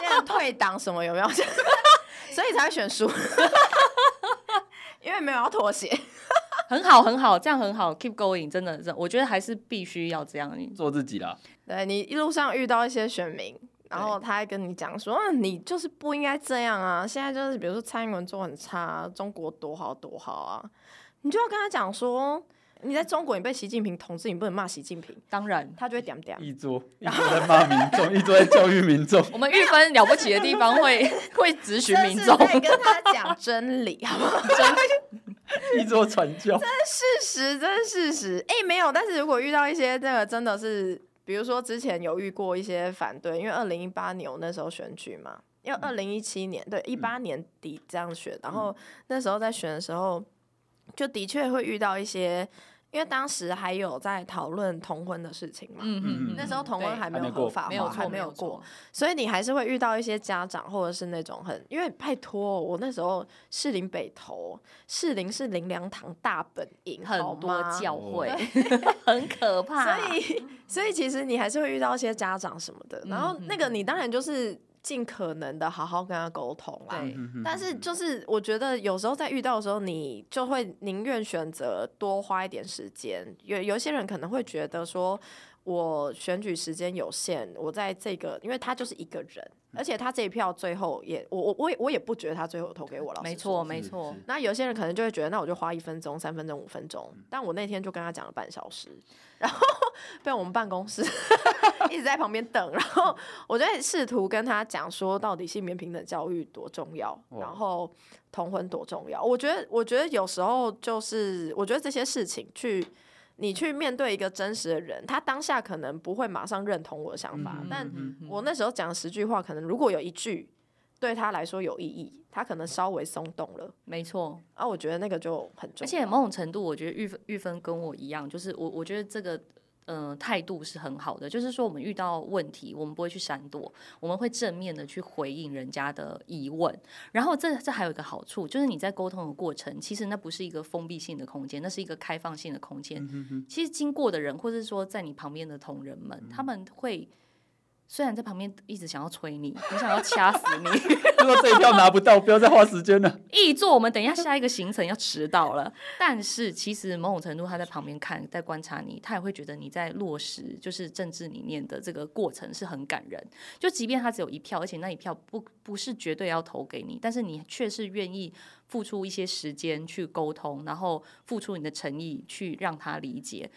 Speaker 1: 现在退党什么有没有？ 所以才会选输， 因为没有要妥协。
Speaker 3: 很好很好，这样很好，keep going，真的，真的我觉得还是必须要这样。
Speaker 2: 做自己啦。
Speaker 1: 对你一路上遇到一些选民，然后他还跟你讲说，嗯，你就是不应该这样啊！现在就是比如说蔡英文做很差啊，中国多好多好啊，你就要跟他讲说，你在中国你被习近平统治，你不能骂习近平，
Speaker 3: 当然，
Speaker 1: 他就会点点。
Speaker 2: 一桌一桌在骂民众，一桌在教育民众。
Speaker 3: 我们玉芬了不起的地方会 会咨询民众，
Speaker 1: 这是在跟他 讲真理，好不好？
Speaker 2: 一桌传教，
Speaker 1: 事实，这是事实。哎、没有，但是如果遇到一些这个真的是，比如说之前有遇过一些反对，因为二零一八年我那时候选举嘛，因为二零一七年对一八年底这样选，然后那时候在选的时候，就的确会遇到一些，因为当时还有在讨论同婚的事情嘛。
Speaker 3: 嗯嗯嗯，
Speaker 1: 那时候同
Speaker 3: 对
Speaker 1: 婚还没有
Speaker 2: 还没过
Speaker 1: 合法化，
Speaker 3: 没有
Speaker 1: 还
Speaker 3: 错，
Speaker 1: 没
Speaker 3: 没
Speaker 1: 有过，
Speaker 3: 错，
Speaker 1: 所以你还是会遇到一些家长，或者是那种很，因为拜托，哦我那时候士林北投，士林是林良堂大本营，
Speaker 3: 很
Speaker 1: 好
Speaker 3: 多
Speaker 1: 吗
Speaker 3: 教会很可怕，
Speaker 1: 所以所以其实你还是会遇到一些家长什么的，然后
Speaker 3: 嗯嗯
Speaker 1: 那个你当然就是尽可能的好好跟他沟通啦。
Speaker 3: 对
Speaker 2: 嗯
Speaker 1: 但是就是我觉得有时候在遇到的时候，你就会宁愿选择多花一点时间。有有一些人可能会觉得说，我选举时间有限，我在这个，因为他就是一个人，而且他这一票最后也，我我我也我也不觉得他最后投给我了。
Speaker 3: 没错
Speaker 2: 是
Speaker 3: 没错
Speaker 2: 是，
Speaker 1: 那有些人可能就会觉得，那我就花一分钟、三分钟、五分钟。但我那天就跟他讲了半小时，然后被我们办公室 一直在旁边等，然后我就在试图跟他讲说，到底性别平等教育多重要，
Speaker 2: 哇
Speaker 1: 然后同婚多重要。我觉得，我觉得有时候就是，我觉得这些事情去。你去面对一个真实的人，他当下可能不会马上认同我的想法，
Speaker 2: 嗯
Speaker 1: 但
Speaker 3: 嗯嗯
Speaker 1: 我那时候讲十句话，可能如果有一句对他来说有意义，他可能稍微松动了，
Speaker 3: 没错，
Speaker 1: 啊，我觉得那个就很重要。
Speaker 3: 而且某种程度，我觉得玉芬玉芬跟我一样，就是我我觉得这个。呃，态度是很好的，就是说我们遇到问题，我们不会去闪躲，我们会正面的去回应人家的疑问。然后这这还有一个好处，就是你在沟通的过程，其实那不是一个封闭性的空间，那是一个开放性的空间。其实经过的人，或是说在你旁边的同仁们，他们会虽然在旁边一直想要催你，很想要掐死你，
Speaker 2: 就说这一票拿不到，不要再花时间了。
Speaker 3: 易做，我们等一下下一个行程要迟到 了。但是其实某种程度，他在旁边看，在观察你，他也会觉得你在落实就是政治理念的这个过程是很感人。就即便他只有一票，而且那一票不不是绝对要投给你，但是你却是愿意付出一些时间去沟通，然后付出你的诚意去让他理解。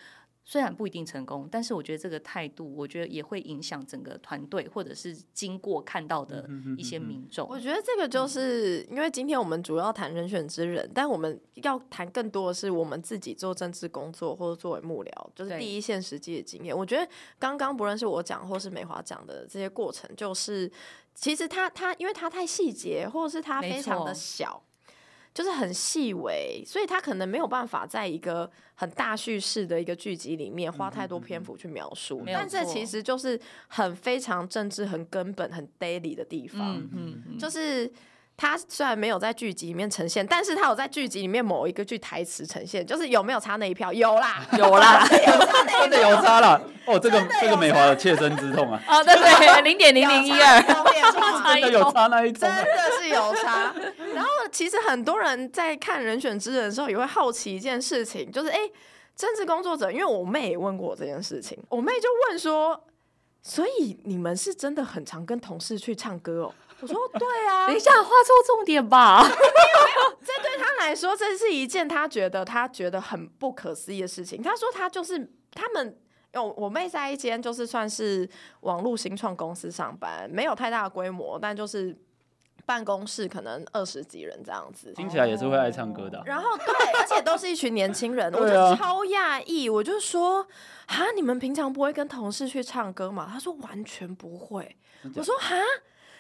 Speaker 3: 虽然不一定成功，但是我觉得这个态度，我觉得也会影响整个团队，或者是经过看到的一些民众。
Speaker 1: 我觉得这个
Speaker 3: 嗯
Speaker 1: 就是因为今天我们主要谈人选之人，但我们要谈更多的是我们自己做政治工作或者作为幕僚，就是
Speaker 3: 对
Speaker 1: 第一线实际的经验。我觉得刚刚不论是我讲或是美华讲的这些过程，就是其实它它因为它太细节，或者是它
Speaker 3: 没
Speaker 1: 非常的
Speaker 3: 错
Speaker 1: 小。就是很细微，所以他可能没有办法在一个很大叙事的一个剧集里面花太多篇幅去描述。
Speaker 3: 嗯没有
Speaker 1: 但这
Speaker 3: 错
Speaker 1: 其实就是很非常政治、很根本、很 daily 的地方，
Speaker 3: 嗯嗯嗯，
Speaker 1: 就是。他虽然没有在剧集里面呈现，但是他有在剧集里面某一个句台词呈现，就是有没有差那一票？有啦，
Speaker 3: 有啦，
Speaker 2: 真的有差啦！哦，这个这个美华的切身之痛啊，
Speaker 3: 哦，对对，零点零零 一二，
Speaker 1: 二
Speaker 2: 真
Speaker 3: 哎呦
Speaker 2: 的有差那一种
Speaker 1: 真
Speaker 2: 啊。
Speaker 1: 的是有差。然后其实很多人在看《人选之人》的时候，也会好奇一件事情，就是哎，诶政治工作者，因为我妹也问过我这件事情，我妹就问说，所以你们是真的很常跟同事去唱歌哦？我说对 啊，
Speaker 3: 等一下，画错重点吧。
Speaker 1: 对他来说，这是一件他觉得他觉得很不可思议的事情。他说他就是他们。有我妹在一间就是算是网络新创公司上班，没有太大的规模，但就是办公室可能二十几人这样子。
Speaker 2: 听起来也是会爱唱歌的啊、
Speaker 1: 然后对，而且都是一群年轻 人，我
Speaker 2: 对啊
Speaker 1: 就超讶异，我就说啊，你们平常不会跟同事去唱歌吗？他说完全不会。我说哈，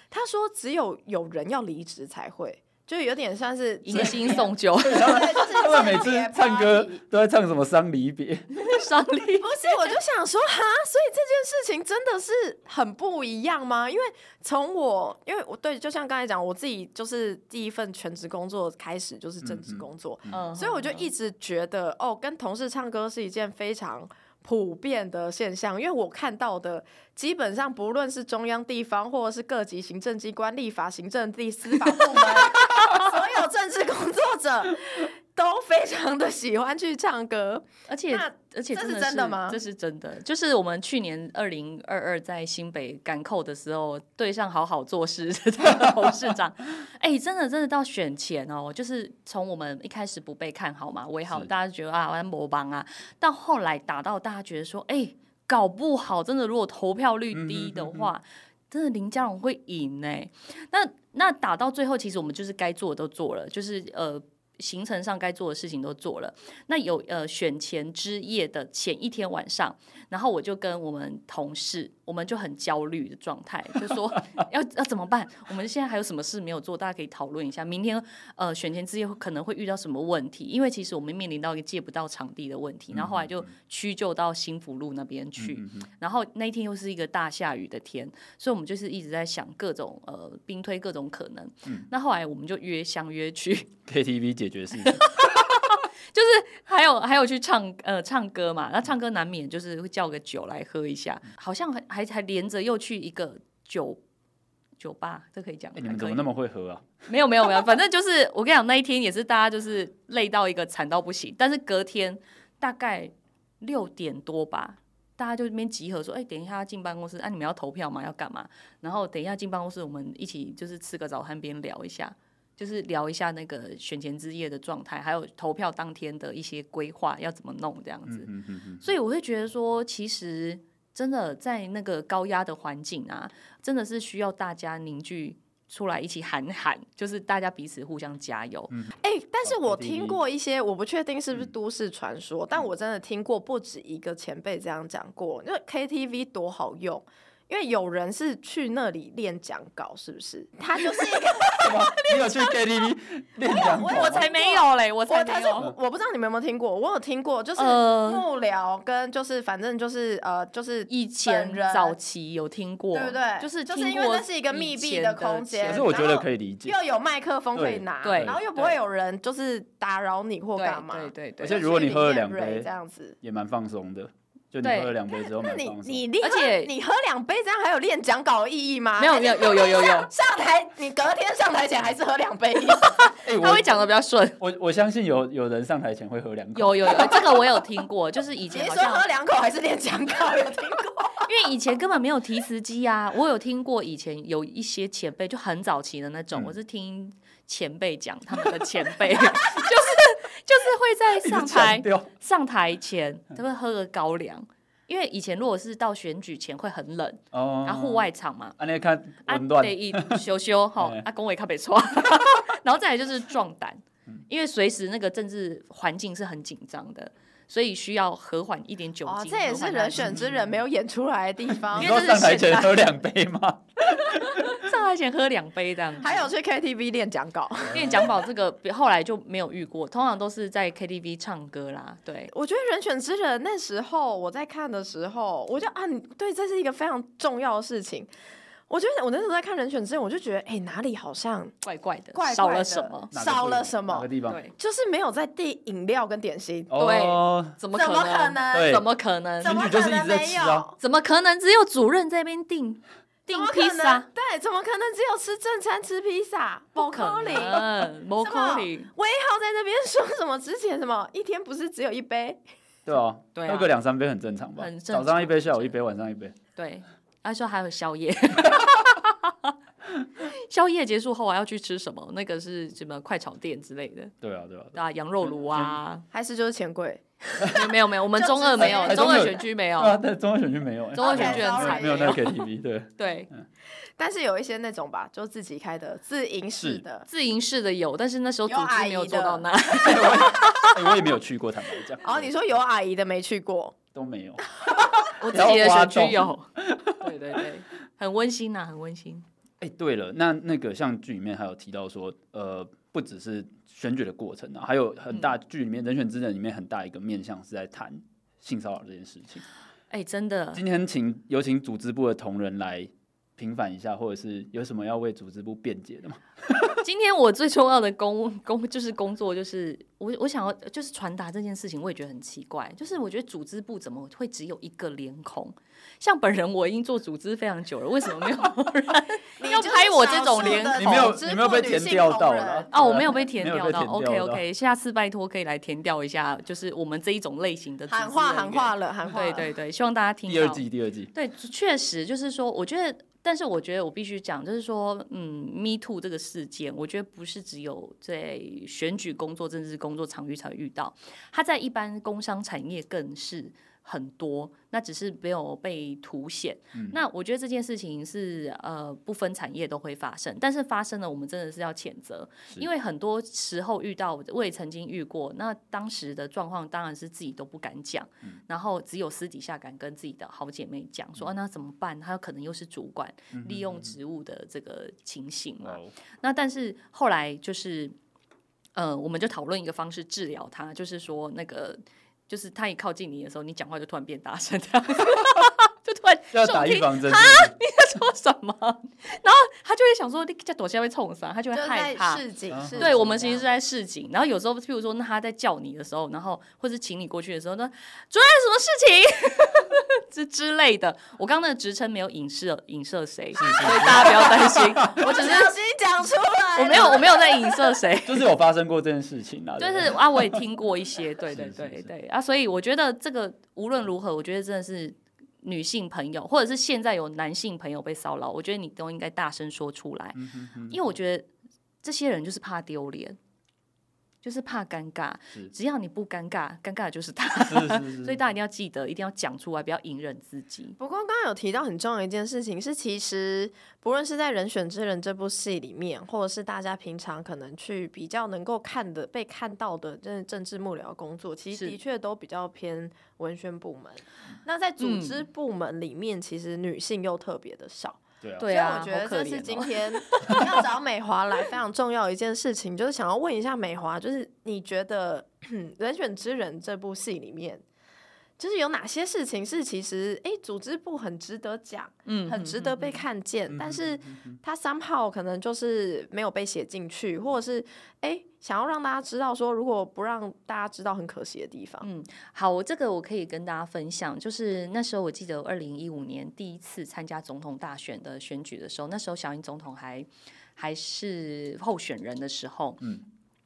Speaker 1: 他说只有有人要离职才会，就有点像是
Speaker 3: 迎新送酒，
Speaker 1: 对，就是
Speaker 2: 他们每次
Speaker 1: 间谍
Speaker 2: 唱歌
Speaker 1: party
Speaker 2: 都在唱什么丧离别，
Speaker 3: 上 力
Speaker 1: 不是，我就想说哈，所以这件事情真的是很不一样吗？因为从我，因为我对，就像刚才讲，我自己就是第一份全职工作开始就是正职工作，
Speaker 3: 嗯，
Speaker 1: 所以我就一直觉得哦，跟同事唱歌是一件非常。普遍的现象，因为我看到的基本上，不论是中央、地方，或者是各级行政机关、立法、行政地、司法部门， 所有政治工作者都非常的喜欢去唱歌。
Speaker 3: 而且
Speaker 1: 那
Speaker 3: 而且
Speaker 1: 这
Speaker 3: 真
Speaker 1: 是
Speaker 3: 的
Speaker 1: 真的吗
Speaker 3: 这是真的，就是我们去年二零二二在新北赶扣的时候，对上好好做事 的董事长，哎、真的真的到选前哦，就是从我们一开始不被看好嘛，为好
Speaker 2: 是
Speaker 3: 大家觉得啊，我魔帮啊，到后来打到大家觉得说，哎、搞不好真的如果投票
Speaker 1: 嗯
Speaker 3: 率低的话，真的林佳龙会赢哎、那那打到最后，其实我们就是该做的都做了，就是呃。行程上该做的事情都做了，那有呃选前之夜的前一天晚上，然后我就跟我们同事，我们就很焦虑的状态，就说要要怎么办？我们现在还有什么事没有做？大家可以讨论一下。明天呃选前之夜可能会遇到什么问题？因为其实我们面临到一个借不到场地的问题，然后后来就屈就到新福路那边去。
Speaker 2: 嗯
Speaker 3: 然后那一天又是一个大下雨的天，所以我们就是一直在想各种呃兵推各种可能。那后来我们就约相约去
Speaker 2: KTV 解决 事情，
Speaker 3: 还有还有去唱呃唱歌嘛，那唱歌难免就是会叫个酒来喝一下，好像还还还连着又去一个酒酒吧，这可以讲吗、
Speaker 2: 哎你们怎
Speaker 3: 可以
Speaker 2: 么那么会喝啊？
Speaker 3: 没有没有没有，反正就是我跟你讲那一天也是大家就是累到一个惨到不行，但是隔天大概六点多吧。大家就那边集合说，哎、等一下要进办公室，啊，你们要投票吗？要干嘛？然后等一下进办公室，我们一起就是吃个早餐，边聊一下，就是聊一下那个选前之夜的状态，还有投票当天的一些规划要怎么弄这样子。
Speaker 2: 嗯嗯嗯，
Speaker 3: 所以我会觉得说，其实真的在那个高压的环境啊，真的是需要大家凝聚出来一起喊喊，就是大家彼此互相加油。
Speaker 1: 哎、但是
Speaker 2: 哦
Speaker 1: 我
Speaker 2: KTV
Speaker 1: 听过一些，我不确定是
Speaker 3: 嗯
Speaker 1: 不是都市传说，但我真的听过不止一个前辈这样讲过，因为 KTV 多好用。因为有人是去那里练讲稿，是不是？他就是一个，
Speaker 2: 什么？你 有去 KTV 练讲稿吗？
Speaker 3: 我才没 有嘞，我
Speaker 1: 我
Speaker 3: 才没
Speaker 1: 但是
Speaker 2: 嗯
Speaker 3: 有。
Speaker 1: 我我不知道你们有没有听过，我有听过，就是
Speaker 3: 呃
Speaker 1: 幕僚跟就是反正就是呃就是
Speaker 3: 以前
Speaker 1: 本人
Speaker 3: 早期有听过，
Speaker 1: 对不对？
Speaker 3: 就是
Speaker 1: 就
Speaker 3: 听
Speaker 1: 是
Speaker 3: 过
Speaker 1: 因为那是一个密闭的空间
Speaker 2: 可
Speaker 3: 以前
Speaker 2: 是
Speaker 3: 的
Speaker 2: 我觉得可以理解
Speaker 1: 又，有麦克风可以
Speaker 2: 对
Speaker 1: 拿，
Speaker 3: 对
Speaker 1: 然后又不会有人就是打扰你或干嘛，
Speaker 3: 对对对
Speaker 2: 而
Speaker 3: 对
Speaker 2: 且如果你喝了两
Speaker 1: 就是里面
Speaker 2: 杯
Speaker 1: 这样子，
Speaker 2: 也蛮放松的。就你
Speaker 3: 对
Speaker 2: 喝了两杯之后
Speaker 1: 那
Speaker 2: 蛮
Speaker 1: 你
Speaker 2: 放松。
Speaker 1: 你厉害，
Speaker 3: 而且
Speaker 1: 你喝两杯这样还有练讲稿的意义吗？
Speaker 3: 没有没有有有有 有，
Speaker 1: 上台，你隔天上台前还是喝两 杯，
Speaker 2: 哎，
Speaker 3: 他
Speaker 2: 我
Speaker 3: 会讲的比较顺。
Speaker 2: 我我相信有有人上台前会喝两口，
Speaker 3: 有有有，这个我有听过，就是以
Speaker 1: 别
Speaker 3: 前好
Speaker 1: 说
Speaker 3: 像
Speaker 1: 喝两口还是练讲稿，有听过？
Speaker 3: 因为以前根本没有提词机啊，我有听过以前有一些前辈就很早期的那种，
Speaker 2: 嗯
Speaker 3: 我是听前辈讲他们的前辈， 就是就是会在
Speaker 2: 一直
Speaker 3: 上
Speaker 2: 强
Speaker 3: 台
Speaker 2: 调
Speaker 3: 上台前，
Speaker 2: 嗯
Speaker 3: 他们喝个高粱，因为以前如果是到选举前会很冷，
Speaker 2: 哦
Speaker 3: 然后户外场嘛，
Speaker 2: 啊，那看
Speaker 3: 啊，
Speaker 2: 温暖
Speaker 3: 得一羞 羞哈
Speaker 2: 哎，
Speaker 3: 啊，恭维咖啡错， 然后再来就是壮胆，
Speaker 2: 嗯
Speaker 3: 因为随时那个政治环境是很紧张的，所以需要和缓一点酒精。
Speaker 1: 哦，这也
Speaker 3: 和
Speaker 1: 是
Speaker 3: 缓
Speaker 1: 人
Speaker 3: 它的
Speaker 1: 选之人没有演出来的地方
Speaker 2: 你
Speaker 3: 因。
Speaker 2: 说
Speaker 3: 为这
Speaker 2: 上
Speaker 3: 是
Speaker 2: 台
Speaker 3: 现
Speaker 2: 前
Speaker 3: 代
Speaker 2: 喝两杯吗？
Speaker 3: 上上台前喝两杯这样子。
Speaker 1: 还有去 KTV 练讲稿。
Speaker 3: 因为讲宝这个后来就没有遇过，通常都是在 KTV 唱歌啦。对，
Speaker 1: 我觉得《人选之人》那时候我在看的时候，我就啊，你对，这是一个非常重要的事情。我觉得我那时候在看《人选之人》，我就觉得，哎、哪里好像
Speaker 3: 怪怪的，
Speaker 1: 怪怪的
Speaker 3: 少了什么？
Speaker 2: 哪个
Speaker 1: 少
Speaker 2: 部
Speaker 1: 了
Speaker 2: 分
Speaker 1: 什
Speaker 2: 哪
Speaker 1: 么
Speaker 2: 个，地方？
Speaker 3: 对，
Speaker 1: 就是没有在递饮料跟点心，
Speaker 2: 哦，
Speaker 3: 怎么
Speaker 1: 怎么可
Speaker 3: 能？
Speaker 1: 能？
Speaker 2: 对
Speaker 3: 怎么可能？
Speaker 1: 怎么
Speaker 2: 选举就是
Speaker 1: 可能
Speaker 2: 一直在
Speaker 1: 没
Speaker 2: 吃
Speaker 1: 有？
Speaker 2: 啊
Speaker 3: 怎么可能只有主任在那边订
Speaker 1: 怎
Speaker 3: 订
Speaker 1: 么可
Speaker 3: 披
Speaker 1: 能
Speaker 3: 萨？
Speaker 1: 对，怎么可能只有吃正餐吃披萨？不
Speaker 3: 可
Speaker 1: 能。
Speaker 3: 能， 不
Speaker 1: 什
Speaker 3: 可
Speaker 1: 么
Speaker 3: 能。
Speaker 1: 威浩在那边 说什么？之前什么一天不是只有一杯？
Speaker 2: 对啊，
Speaker 3: 对啊
Speaker 2: 喝个两三杯很正常吧？
Speaker 3: 很
Speaker 2: 早
Speaker 3: 正常
Speaker 2: 上一杯，下午一杯，晚上一杯。
Speaker 3: 对，他说还有宵夜。宵夜结束后还啊要去吃什么？那个是什么快炒店之类的，
Speaker 2: 对啊，对啊，对啊
Speaker 3: 对啊，羊肉炉啊，
Speaker 1: 还是就是钱柜？
Speaker 3: 没有没有，我们
Speaker 1: 就
Speaker 3: 中二
Speaker 1: 直接
Speaker 3: 没有，
Speaker 1: 哎
Speaker 3: 中
Speaker 2: 中
Speaker 3: 二
Speaker 2: 二
Speaker 3: 选区没有，
Speaker 2: 嗯对啊，但中央选区没有欸，
Speaker 3: 中央选
Speaker 1: 区很惨
Speaker 2: 没有没有那个 KTV，对， 哎
Speaker 3: 对，
Speaker 1: 但是有一些那种吧，就自己开的自营式
Speaker 2: 是
Speaker 1: 的，
Speaker 3: 自营式的有，但是那时候组
Speaker 1: 有阿
Speaker 3: 织
Speaker 1: 姨
Speaker 3: 没有
Speaker 1: 的
Speaker 3: 做到 那，
Speaker 2: 哎我也没有去过，坦白讲。
Speaker 1: 哦，你说有阿姨的没去过，
Speaker 2: 都没有，
Speaker 3: 我自
Speaker 2: 然后
Speaker 3: 己的
Speaker 2: 挖
Speaker 3: 选区
Speaker 2: 洞
Speaker 3: 有，对对对，很温馨呐、很温馨。
Speaker 2: 哎、对了，那那个像剧里面还有提到说，呃，不只是选举的过程啊，还有很大剧里面人选之人里面很大一个面向是在谈性骚扰这件事情。
Speaker 3: 哎、真的，
Speaker 2: 今天请有请组织部的同仁来平反一下，或者是有什么要为组织部辩解的吗？
Speaker 3: 今天我最重要的工工就是工作，就是我我想要就是传达这件事情，我也觉得很奇怪。就是我觉得组织部怎么会只有一个脸孔？像本人我已经做组织非常久了，为什么 没有人？要拍我这种脸孔
Speaker 2: 你没有
Speaker 1: 知
Speaker 2: 你没有
Speaker 1: 不
Speaker 2: 被
Speaker 1: 女
Speaker 2: 填
Speaker 1: 性
Speaker 2: 掉
Speaker 1: 同
Speaker 2: 到
Speaker 1: 仁
Speaker 2: 啦
Speaker 3: 哦，我没有被填
Speaker 2: 没有
Speaker 3: 掉
Speaker 2: 被
Speaker 3: 到。
Speaker 2: 填
Speaker 3: OK
Speaker 2: 掉到
Speaker 3: OK，下次拜托可以来填掉一下，就是我们这一种类型的组织
Speaker 1: 喊话
Speaker 3: 人员
Speaker 1: 喊话。了喊话
Speaker 3: 对
Speaker 1: 了，
Speaker 3: 对对，希望大家听到。
Speaker 2: 第二季，第二季，
Speaker 3: 对，确实就是说，我觉得，但是我觉得我必须讲，就是说，嗯，Me Too 这个事件，我觉得不是只有在选举工作、政治工作场域才遇到，它在一般工商产业更是。很多，那只是没有被凸显。那我觉得这件事情是呃不分产业都会发生，但是发生了，我们真的是要谴责，
Speaker 2: 是
Speaker 3: 因为很多时候遇到，我也曾经遇过。那当时的状况当然是自己都不敢讲，然后只有私底下敢跟自己的好姐妹讲说、啊，那怎么办？她可能又是主管，利用职务的这个情形嘛。
Speaker 2: 哦，
Speaker 3: 那但是后来就是，呃，我们就讨论一个方式治疗她，就是说那个，就是她一靠近你的时候，你讲话就突然变大声， 这样子就突然
Speaker 2: 要
Speaker 3: 受
Speaker 2: 打预
Speaker 3: 听
Speaker 2: 防针，
Speaker 3: 说什么， 然后她就会想说，你这躲下会冲上，她就
Speaker 1: 就
Speaker 3: 会
Speaker 1: 是
Speaker 3: 害
Speaker 1: 在
Speaker 3: 怕。
Speaker 1: 市井
Speaker 2: 啊
Speaker 1: 市井这样，
Speaker 3: 对，我们其实是在市井，然后有时候，譬如说，那他在叫你的时候，然后或是请你过去的时候，那主任什么事情 之之类的，我刚刚那个职称没有影射影 射谁，所以大家不要担心，我
Speaker 1: 我
Speaker 3: 只
Speaker 1: 只
Speaker 3: 是
Speaker 1: 是心讲出来，
Speaker 3: 我没有我没有在影射谁，
Speaker 2: 就是有发生过这件事情啦，
Speaker 3: 就
Speaker 2: 对不对
Speaker 3: 是啊，我也听过 一些，对对
Speaker 2: 是是
Speaker 3: 对
Speaker 2: 是
Speaker 3: 对啊，所以我觉得这个无论如何，我觉得真的是女性朋友，或者是现在有男性朋友被骚扰，我觉得你都应该大声说出
Speaker 2: 嗯
Speaker 3: 来，因为我觉得这些人就是怕丢脸，就是怕尴尬
Speaker 2: 是，
Speaker 3: 只要你不尴尬，尴尬的就是他，
Speaker 2: 是是是
Speaker 3: 所以大家一定要记得，一定要讲出来，不要隐忍自己。
Speaker 1: 不过刚刚有提到很重要一件事情是，其实不论是在《人选之人》这部戏里面，或者是大家平常可能去比较能够看的、被看到的政政治幕僚工作，其实
Speaker 3: 是
Speaker 1: 的确都比较偏文宣部门。那在
Speaker 3: 嗯
Speaker 1: 组织部门里面，其实女性又特别的少。
Speaker 2: 对啊，
Speaker 3: 对啊，
Speaker 1: 所以我觉
Speaker 3: 好
Speaker 1: 得
Speaker 3: 可
Speaker 1: 这
Speaker 3: 怜
Speaker 1: 是
Speaker 3: 哦
Speaker 1: 今 天要找美华来非常重要一件事情，就是想要问一下美华，就是你觉得《人选之人》这部戏里面，就是有哪些事情是其实哎、诶组织部很值得讲，
Speaker 3: 嗯
Speaker 1: 很值得被看见，但是它 somehow 可能就是没有被写进去，或者是哎、诶想要让大家知道说，如果不让大家知道，很可惜的地
Speaker 3: 嗯
Speaker 1: 方。
Speaker 3: 好，我这个我可以跟大家分享，就是那时候我记得二零一五年第一次参加总统大选的选举的时候，那时候小英总统还还是候选人的时候，嗯。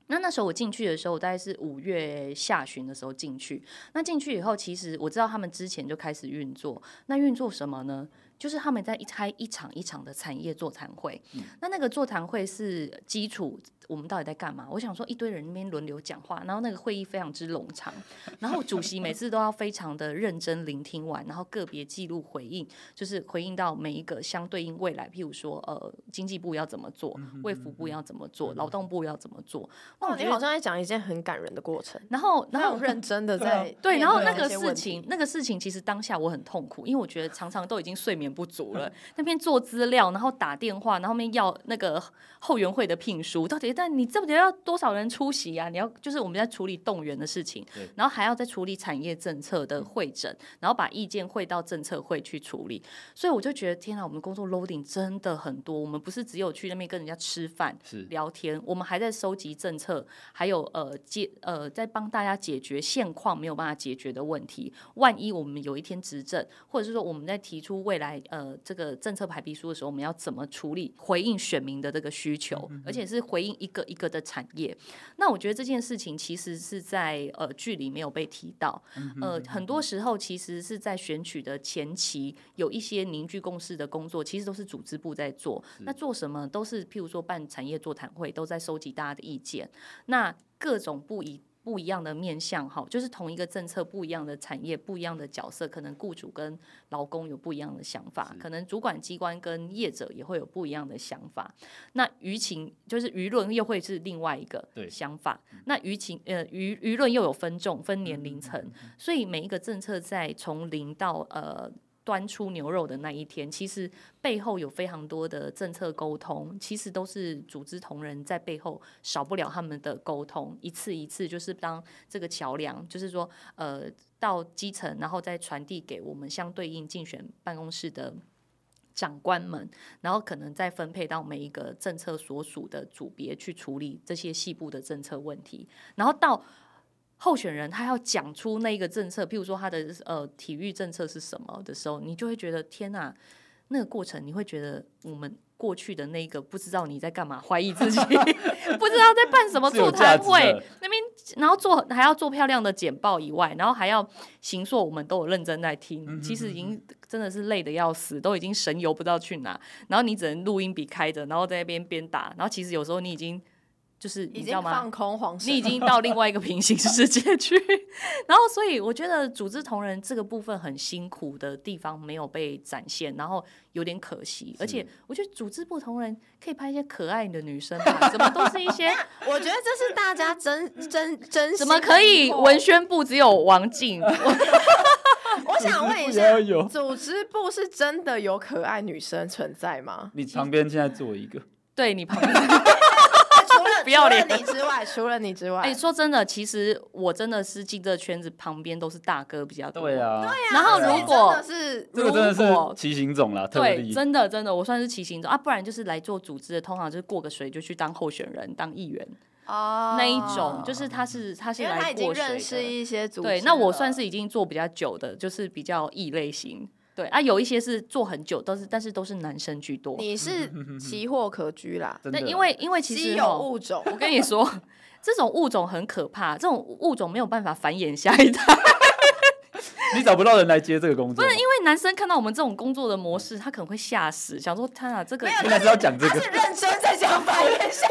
Speaker 3: 那那时候我进去的时候，我大概是五月下旬的时候进去。那进去以后，其实我知道他们之前就开始运作。那运作什么呢？就是他们在一开一场一场的产业座谈会。那那个座谈会是基础，我们到底在干嘛？我想说，一堆人那边轮流讲话，然后那个会议非常之冗长。然后主席每次都要非常的认真聆听完，然后个别记录回应，就是回应到每一个相对应未来，譬如说呃经济部要怎么做，卫福部要怎么做，劳动部要怎么做。那
Speaker 1: 哦
Speaker 3: 我，觉
Speaker 1: 你好
Speaker 3: 得，
Speaker 1: 像在讲一件很感人的过程，
Speaker 3: 然后然
Speaker 1: 然后
Speaker 3: 后。
Speaker 1: 认真的
Speaker 2: 对啊
Speaker 1: 在
Speaker 3: 对，然后那
Speaker 1: 面
Speaker 3: 个
Speaker 1: 对这些
Speaker 3: 事
Speaker 1: 问题
Speaker 3: 情，那个事情其实当下我很痛苦，因为我觉得常常都已经睡眠点不足
Speaker 1: 嗯
Speaker 3: 了。那边做资料，然后打电话，然后面要那个后援会的聘书，到底但你这底要多少人出席啊？你要就是我们在处理动员的事情
Speaker 2: 对，
Speaker 3: 然后还要再处理产业政策
Speaker 1: 嗯
Speaker 3: 的会诊，然后把意见汇到政策会去处理。所以我就觉得天啊，我们工作 loading 真的很多，我们不是只有去那边跟人家吃饭，
Speaker 2: 是嗯
Speaker 3: 聊天，我们还在收集政策，还有呃解呃在帮大家解决现况没有办法解决的问题。万一我们有一天执政，或者是说我们在提出未来呃这个政策排比书的时候，我们要怎么处理回应选民的这个需求，而且是回应一个一个的产业。那我觉得这件事情其实是在呃剧里没有被提到，呃，很多时候其实是在选举的前期，有一些凝聚共识的工作，其实都是组织部在做。那做什么都是，譬如说办产业座谈会，都在收集大家的意见。那各种不一不一样的面向，哈，就是同一个政策，不一样的产业，不一样的角色，可能雇主跟劳工有不一样的想法，可能主管机关跟业者也会有不一样的想法。那舆情就是舆论又会是另外一个
Speaker 2: 对
Speaker 3: 想法。那舆情呃舆舆论又有分众、分年龄层，所以每一个政策在从零到呃。端出牛肉的那一天，其实背后有非常多的政策沟通，其实都是组织同仁在背后少不了他们的沟通，一次一次就是当这个桥梁，就是说呃到基层，然后再传递给我们相对应竞选办公室的长官们，然后可能再分配到每一个政策所属的组别去处理这些细部的政策问题，然后到。候选人他要讲出那一个政策，譬如说他的呃体育政策是什么的时候，你就会觉得天哪、那个过程你会觉得我们过去的那个不知道你在干嘛，怀疑自己， 不知道在办什么
Speaker 2: 是有
Speaker 3: 座
Speaker 2: 价
Speaker 3: 谈
Speaker 2: 值
Speaker 3: 会
Speaker 2: 的，
Speaker 3: 那边然后做还要做漂亮的简报以外，然后还要行硕，我们都有认真在听，其实已经真的是累得要死，都已经神游不知道去哪，然后你只能录音笔开着，然后在那边边打，然后其实有时候你已经就是你
Speaker 1: 已
Speaker 3: 知道
Speaker 1: 经
Speaker 3: 吗？
Speaker 1: 放空黄色，
Speaker 3: 你已经到另外一个平行世界去。 然后，所以我觉得组织同仁这个部分很辛苦的地方没有被展现，然后有点可惜。而且，我觉得组织部同仁可以拍一些可爱的女生吧，怎么都是一些
Speaker 1: 我觉得这是大家真真真
Speaker 3: 怎么可以文
Speaker 1: 文？
Speaker 3: 宣部只有 王静，
Speaker 1: 我想问一
Speaker 2: 也要
Speaker 1: 下，
Speaker 2: 有。？
Speaker 1: 组织部是真的有可爱女生存在吗
Speaker 2: 你旁边现在坐一个，
Speaker 3: 对你旁边。
Speaker 1: 除了
Speaker 3: 不要脸
Speaker 1: 除了你之外，除了你之外，
Speaker 3: 哎，说真的，其实我真的是进这圈子，旁边都是大哥比较多。
Speaker 2: 对啊，
Speaker 3: 然后
Speaker 1: 所以
Speaker 3: 如果
Speaker 1: 真的是
Speaker 2: 这个真的
Speaker 3: 如果
Speaker 2: 是骑行种啦，特
Speaker 3: 对，
Speaker 2: 例。
Speaker 3: 真的真的，我算是骑行者啊，不然就是来做组织的，通常就是过个水就去当候选人、当议员、
Speaker 1: 哦
Speaker 3: 那一种，就是他是他是
Speaker 1: 因为他
Speaker 3: 来
Speaker 1: 已经
Speaker 3: 过
Speaker 1: 认识
Speaker 3: 水的。
Speaker 1: 一些组织了，
Speaker 3: 对，那我算是已经做比较久的，就是比较异类型。对啊，有一些是做很久，但是但是都是男生居多。
Speaker 1: 你是
Speaker 2: 嗯
Speaker 1: 奇货可居啦，
Speaker 2: 真
Speaker 3: 那
Speaker 2: 的，
Speaker 3: 因为因为其
Speaker 1: 稀
Speaker 3: 实
Speaker 1: 有
Speaker 3: 哦
Speaker 1: 物种。
Speaker 3: 我跟你说，这种物种很可怕，这种物种没有办法繁衍下一代。
Speaker 2: 你找不到人来接这个工作，不是因为
Speaker 3: 因为男生看到我们这种工作的模式，他可能会吓死，想说他啊这个
Speaker 2: 原来是要讲这
Speaker 1: 他
Speaker 2: 个
Speaker 1: 是，认真在讲反面笑，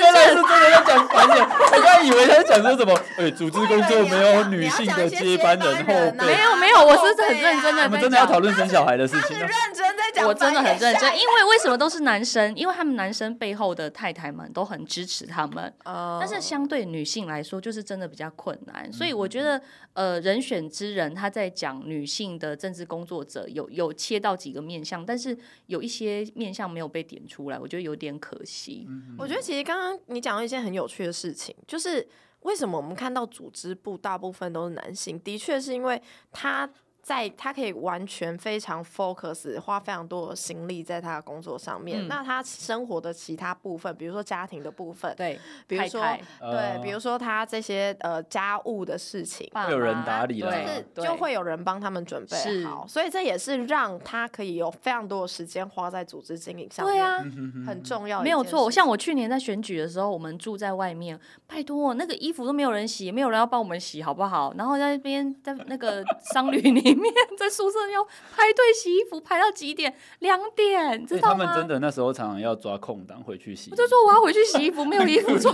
Speaker 2: 原来是真的要讲繁衍。我刚才以为他在讲说什么，哎，组织工作没有女性的接班人后
Speaker 1: 你要讲一些接班人啊
Speaker 2: 辈
Speaker 3: 没。有没有，我是很认
Speaker 1: 对
Speaker 3: 真
Speaker 1: 啊
Speaker 3: 的。
Speaker 2: 我们真的要讨论生小孩的事情
Speaker 1: 是
Speaker 2: 啊，
Speaker 1: 认真在讲，
Speaker 3: 我真的很认真，因。为为什么都是男生？因为他们男生背后的太太们都很支持他们，但
Speaker 1: 但
Speaker 3: 是相对女性来说，就是真的比较困
Speaker 1: 嗯
Speaker 3: 难。所以我觉得，呃，人选之人他在讲女性的政治工作者有有切到几个面向，但是有一些面向没有被点出来，我觉得有点可惜。
Speaker 1: 我觉得其实刚刚你讲到一件很有趣的事情，就是为什么我们看到组织部大部分都是男性，的确是因为他。在他可以完全非常 focus，花非常多的心力在他的工作上
Speaker 3: 嗯
Speaker 1: 面。那他生活的其他部分，比如说家庭的部分，
Speaker 3: 对，
Speaker 1: 比如
Speaker 3: 太
Speaker 1: 说
Speaker 3: 太
Speaker 2: 呃
Speaker 1: 对，比如说他这些呃家务的事情，
Speaker 3: 爸
Speaker 2: 会有人
Speaker 3: 妈
Speaker 2: 打理啦
Speaker 3: 对
Speaker 1: 就是
Speaker 3: 对
Speaker 1: 就会有人帮他们准备
Speaker 3: 是
Speaker 1: 好，所以这也是让他可以有非常多的时间花在组织经营上面，
Speaker 3: 对啊，
Speaker 1: 很重要的
Speaker 3: 没
Speaker 1: 一件
Speaker 3: 有
Speaker 1: 事。
Speaker 3: 错，像我去年在选举的时候，我们住在外面，拜托，那个衣服都没有人洗，没有人要帮我们洗，好不好？然后在那边在 那个商旅里面，在宿舍要排队洗衣服，排到几点？两点，知
Speaker 2: 哎
Speaker 3: 道
Speaker 2: 他
Speaker 3: 吗？
Speaker 2: 们真的那时候常常要抓空档回去洗
Speaker 3: 我，就说我要回去洗衣服，没有衣服穿。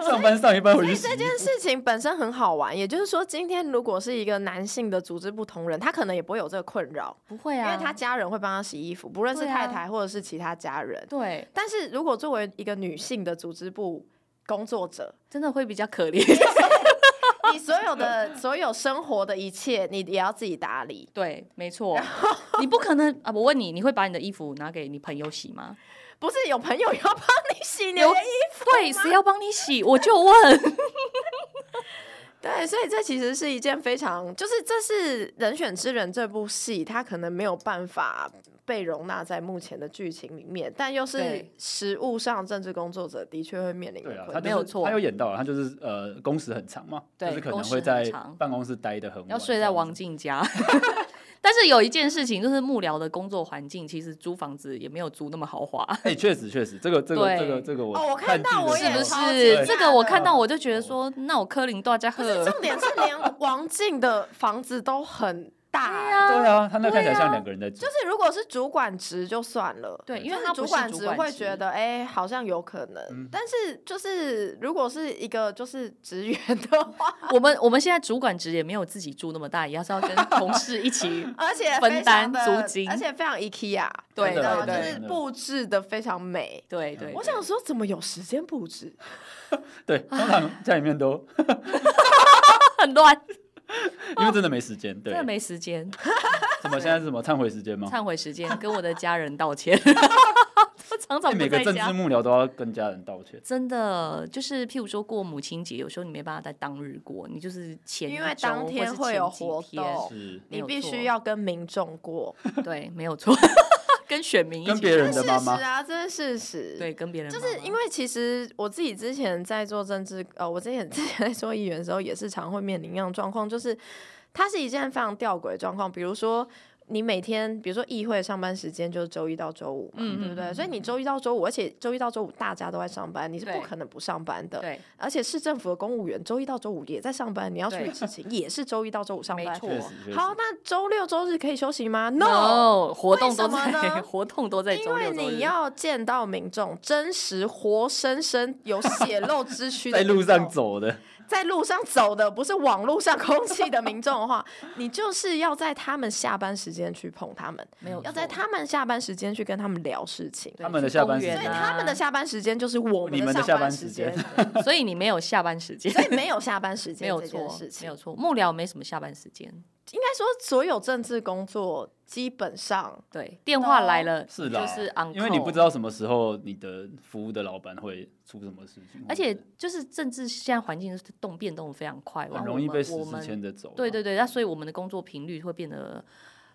Speaker 2: 上班上一班回去洗。
Speaker 1: 这件事情本身很好玩，也就是说，今天如果是一个男性的组织不同人，他可能也不会有这个困扰，
Speaker 3: 不会
Speaker 1: 因
Speaker 3: 啊，
Speaker 1: 为他家人会帮他洗衣服，不论是
Speaker 3: 对
Speaker 1: 太
Speaker 3: 啊
Speaker 1: 太或者是其他家人。
Speaker 3: 对
Speaker 1: 但是如果作为一个女性的组织部工作者，
Speaker 3: 真的会比较可怜。
Speaker 1: 你所有有 的所有生活的一切，你也要自己打理。
Speaker 3: 对，没错，你不可能啊！我问你，你会把你的衣服拿给你朋友洗吗？
Speaker 1: 不是有朋友要帮你洗你的衣服吗，
Speaker 3: 对，谁要帮你洗？我就问，
Speaker 1: 对，所以这其实是一件非常，就是这是《人选之人》这部戏，它可能没有办法被容纳在目前的剧情里面，但又是
Speaker 3: 对
Speaker 1: 实务上政治工作者的确会面临
Speaker 2: 对啊
Speaker 1: 的，
Speaker 2: 他
Speaker 1: 困难。
Speaker 2: 就是
Speaker 3: 没有错
Speaker 2: 他有演到啊，他就是呃工时很长嘛，就
Speaker 3: 对
Speaker 2: 是可能
Speaker 3: 工时
Speaker 2: 会
Speaker 3: 很
Speaker 2: 在
Speaker 3: 长
Speaker 2: 办公室待的很晚，
Speaker 3: 要睡在王静家。 但是有一件事情，就是幕僚的工作环境，其实租房子也没有租那么豪华，
Speaker 2: 哎，确实确实，这个这个
Speaker 3: 对
Speaker 2: 这个这个我
Speaker 1: 哦我看到
Speaker 2: 剧的
Speaker 1: 我
Speaker 2: 时
Speaker 1: 也
Speaker 2: 候
Speaker 3: 是不
Speaker 1: 超级
Speaker 3: 是
Speaker 1: 大？
Speaker 3: 这个我看到我就觉得说，那我柯林大家
Speaker 1: 哦不是
Speaker 3: 喝，
Speaker 1: 重点是连王静的房子都很大、欸
Speaker 3: 对啊
Speaker 2: 对啊，他那看起来
Speaker 3: 对啊
Speaker 2: 像两个人在住
Speaker 1: 就，是如果是主管职就算了，
Speaker 3: 对，因
Speaker 1: 就
Speaker 3: 为
Speaker 1: 是
Speaker 3: 他不
Speaker 1: 主
Speaker 3: 是
Speaker 1: 管职会
Speaker 3: 职
Speaker 1: 觉得，哎、好像有可能，
Speaker 2: 嗯
Speaker 1: 但是就是如果是一个就是职员的话，
Speaker 3: 我们我们现在主管职也没有自己住那么大，也要是要跟同事 一起
Speaker 1: 而且
Speaker 3: 分
Speaker 1: 非常
Speaker 3: 担
Speaker 1: 的
Speaker 3: 租金
Speaker 1: 而且非常 IKEA，
Speaker 3: 对
Speaker 1: 你知道吗
Speaker 3: 对
Speaker 1: 就
Speaker 3: 对
Speaker 1: 是布置的非常美。
Speaker 3: 对对，
Speaker 1: 我想说，怎么有时间布置？
Speaker 2: 对，通常家里面都
Speaker 3: 很乱，
Speaker 2: 因为真的没时间，对哦
Speaker 3: 真的，没时间，
Speaker 2: 什么现在是什么忏悔时间吗？
Speaker 3: 忏悔时间，跟我的家人 道歉， 我常常
Speaker 2: 哎
Speaker 3: 不
Speaker 2: 每个
Speaker 3: 在
Speaker 2: 政治
Speaker 3: 家。
Speaker 2: 幕僚都要跟家人道歉，
Speaker 3: 真的就是，譬如说过母亲节，有时候你没办法在当日过，你就是前一
Speaker 1: 因为当
Speaker 3: 周
Speaker 1: 天
Speaker 3: 或是
Speaker 1: 会有
Speaker 3: 前几
Speaker 1: 活
Speaker 3: 天
Speaker 1: 动
Speaker 2: 是
Speaker 3: 没
Speaker 1: 你
Speaker 3: 有
Speaker 1: 必须
Speaker 3: 错
Speaker 1: 要跟民众过，
Speaker 3: 对，没有错，跟选民一起
Speaker 2: 跟别人
Speaker 1: 事
Speaker 2: 的妈妈
Speaker 1: 实啊，这是事实。
Speaker 3: 对，跟别人
Speaker 1: 就是因
Speaker 3: 为
Speaker 1: 为其实我自己之前在做政治，呃，我之前之前在做议员的时候，也是常会面临一样的状况，就是它是一件非常吊诡的状况。比如说，你每天，比如说议会上班时间就是周一到周五嘛，
Speaker 3: 嗯
Speaker 1: 对不
Speaker 3: 嗯
Speaker 1: 对？所以你周一到周五，而且周一到周五大家都在上班，你是不
Speaker 3: 对
Speaker 1: 可能不上班的。
Speaker 3: 对
Speaker 1: 而且市政府的公务员周一到周五也在上班，你要处理
Speaker 3: 对
Speaker 1: 事情也是周一到周五上
Speaker 3: 没
Speaker 1: 班。
Speaker 3: 错
Speaker 2: 确实确实，
Speaker 1: 好，那周六周日可以休息吗
Speaker 3: no 活动都
Speaker 1: 为什么
Speaker 3: 在
Speaker 1: 呢
Speaker 3: 活动都在
Speaker 1: 因
Speaker 3: 周
Speaker 1: 为
Speaker 3: 六周日，
Speaker 1: 你要见到民众，真实、活生生、有血肉之躯的，
Speaker 2: 在路上，走的，
Speaker 1: 在路上走的，不是网路上空气的民众的话，你就是要在他们下班时间去碰他们，
Speaker 3: 没有
Speaker 1: 要在
Speaker 3: 错
Speaker 1: 他们下班时间去跟他们聊事情。
Speaker 3: 对
Speaker 2: 他们的
Speaker 3: 去
Speaker 2: 下
Speaker 3: 公
Speaker 2: 班时
Speaker 3: 园
Speaker 1: 所以
Speaker 2: 间
Speaker 3: 啊
Speaker 1: 他们的下班时间就是我
Speaker 2: 你们的
Speaker 1: 的
Speaker 2: 下班
Speaker 1: 班
Speaker 2: 时
Speaker 1: 间，
Speaker 3: 所以你没有下班时间，
Speaker 1: 所以没有下班时
Speaker 3: 没
Speaker 1: 间
Speaker 3: 有
Speaker 1: 这
Speaker 3: 错
Speaker 1: 件事，
Speaker 3: 没
Speaker 1: 情。
Speaker 3: 有错，幕僚没什么下班时间。
Speaker 1: 应该说，所有政治工作基本上
Speaker 3: 对，电
Speaker 1: 啊
Speaker 3: 话来了，
Speaker 2: 是啦，
Speaker 3: 就是 on
Speaker 2: 因为你不知
Speaker 3: call。
Speaker 2: 道什么时候你的服务的老板会出什么事情，
Speaker 3: 而且就是政治现在环境是动变动得非常快，然
Speaker 2: 很
Speaker 3: 后
Speaker 2: 容易
Speaker 3: 我
Speaker 2: 被
Speaker 3: 们
Speaker 2: 时
Speaker 3: 我
Speaker 2: 事
Speaker 3: 们
Speaker 2: 牵着走。啊
Speaker 3: 对对对，那所以我们的工作频率会变得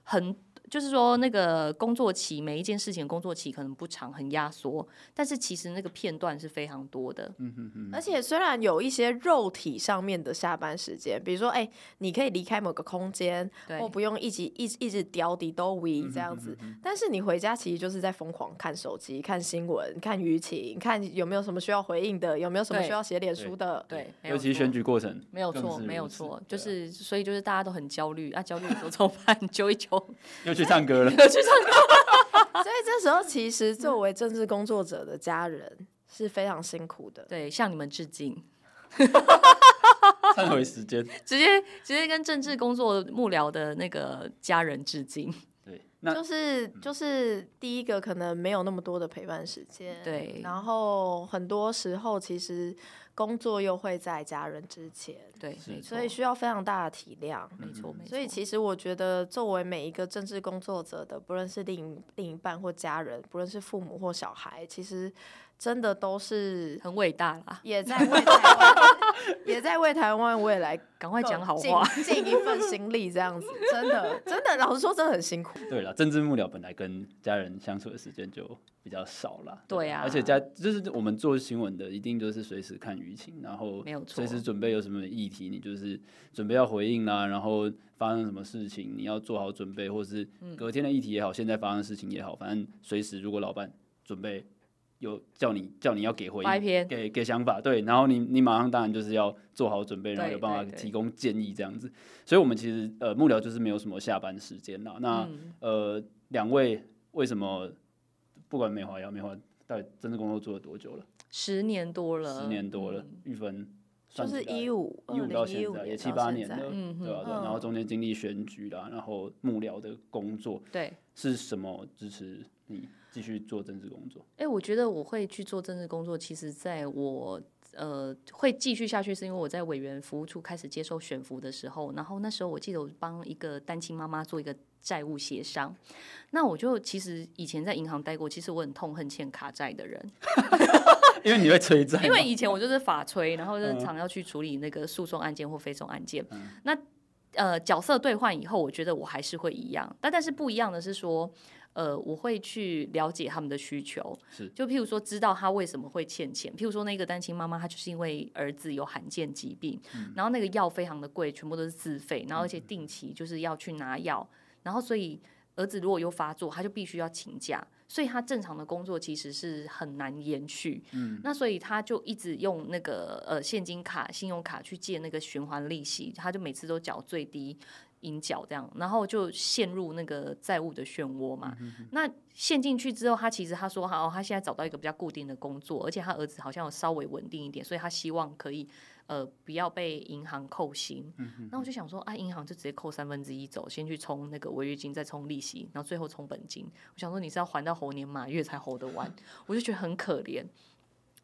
Speaker 3: 很，就是说那个工作期，每一件事情的工作期可能不长，很压缩，但是其实那个片段是非常多的。
Speaker 2: 嗯哼哼，
Speaker 1: 而且虽然有一些肉体上面的下班时间，比如说，哎、你可以离开某个空间，
Speaker 3: 对
Speaker 1: 或不用一起一直一直屌底都围这样
Speaker 2: 嗯
Speaker 1: 子，但是你回家其实就是在疯狂看手机、看新闻、看舆情、看有没有什么需要回应的，有没有什么
Speaker 3: 对
Speaker 1: 需要写脸书的。
Speaker 3: 对，没有
Speaker 2: 尤其
Speaker 3: 错
Speaker 2: 选举过程，
Speaker 3: 没有
Speaker 2: 更
Speaker 3: 错，
Speaker 2: 是
Speaker 3: 没有
Speaker 2: 如此
Speaker 3: 错
Speaker 2: 对，
Speaker 3: 就
Speaker 2: 啊
Speaker 3: 是所以就是大家都很焦虑啊，焦虑的时候怎么办？ 揪一揪，
Speaker 2: 又 去唱歌了，
Speaker 3: 去唱歌。
Speaker 1: 所以这时候其实作为政治工作者的家人是非常辛苦的。
Speaker 3: 对，向你们致敬。
Speaker 2: 忏悔时间。
Speaker 3: 直接直接跟政治工作幕僚的那个家人致敬。
Speaker 2: 对，那
Speaker 1: 就是
Speaker 3: 嗯
Speaker 1: 就是第一个可能没有那么多的陪伴时间，
Speaker 3: 对
Speaker 1: 然后很多时候其实工作又会在家人之前，
Speaker 3: 对，没错，
Speaker 1: 所以需要非常大的体谅。
Speaker 3: 没错，没
Speaker 2: 嗯
Speaker 3: 错。
Speaker 1: 所以其实我觉得，作为每一个政治工作者的，不论是另一另一半或家人，不论是父母或小孩，其实真的都是
Speaker 3: 很伟大啦，
Speaker 1: 也 在为台湾，也在为台湾未来
Speaker 3: 赶快讲好
Speaker 1: 尽
Speaker 3: 话。
Speaker 1: 尽一份心力，这样子，真的真的，老实说，真的很辛苦。
Speaker 2: 对了，政治幕僚本来跟家人相处的时间就比较少啦。
Speaker 3: 对
Speaker 2: 吧
Speaker 3: 啊
Speaker 2: 而且家就是我们做新闻的，一定就是随时看舆情，然后
Speaker 3: 没有错
Speaker 2: 随时准备有什么议题，你就是准备要回应啦，然后发生什么事情，你要做好准备，或是
Speaker 3: 嗯
Speaker 2: 隔天的议题也好，现在发生的事情也好，反正随时如果老板准备。有叫你叫你要给回
Speaker 3: 发一
Speaker 2: 应，
Speaker 3: 篇
Speaker 2: 给给想法，对，然后你你马上当然就是要做好准备，然后
Speaker 3: 对
Speaker 2: 有办法
Speaker 3: 对对
Speaker 2: 提供建议这样子。所以我们其实呃幕僚就是没有什么下班时间啦。那、
Speaker 3: 嗯，
Speaker 2: 呃，两位为什么不管美华姚美华到底政治工作做了多久了？
Speaker 3: 十年多了，
Speaker 2: 十年多了
Speaker 3: 嗯，
Speaker 2: 玉芬
Speaker 1: 就
Speaker 2: 算
Speaker 1: 是一
Speaker 2: 五
Speaker 1: 五二
Speaker 2: 一
Speaker 1: 零
Speaker 2: 五到
Speaker 1: 一
Speaker 2: 现
Speaker 1: 五
Speaker 2: 在
Speaker 1: 年
Speaker 2: 也
Speaker 1: 到
Speaker 2: 七八
Speaker 1: 现
Speaker 2: 年
Speaker 1: 在
Speaker 2: 了，
Speaker 3: 嗯
Speaker 2: 对吧、
Speaker 1: 嗯
Speaker 2: 对啊然后中间经历选举啦，然后幕僚的工作
Speaker 3: 对。
Speaker 2: 是什么支持你继续做政治工作？
Speaker 3: 哎、我觉得我会去做政治工作，其实在我呃会继续下去，是因为我在委员服务处开始接受选服的时候，然后那时候我记得我帮一个单亲妈妈做一个债务协商，那我就其实以前在银行待过，其实我很痛恨欠卡债的人，
Speaker 2: 因为你会催债嘛，
Speaker 3: 因为以前我就是法催，然后就是常要去处理那个诉讼案件或非讼案件。那呃，角色兑换以后，我觉得我还是会一样，但但是不一样的是说，呃，我会去了解他们的需求，
Speaker 2: 是
Speaker 3: 就譬如说知道他为什么会欠钱，譬如说那个单亲妈妈，她就是因为儿子有罕见疾病，然后那个药非常的贵，全部都是自费，然后而且定期就是要去拿药，然后所以儿子如果又发作，他就必须要请假，所以他正常的工作其实是很难延续。嗯，那所以他就一直用那个呃现金卡、信用卡去借那个循环利息，他就每次都缴最低银角这样，然后就陷入那个债务的漩涡嘛。那陷进去之后，他其实他说哦好，他现在找到一个比较固定的工作，而且他儿子好像有稍微稳定一点，所以他希望可以。呃，不要被银行扣薪。那我就想说，啊，银行就直接扣三分之一走，先去充那个违约金，再充利息，然后最后充本金。我想说，你是要还到猴年马月才猴得完，我就觉得很可怜。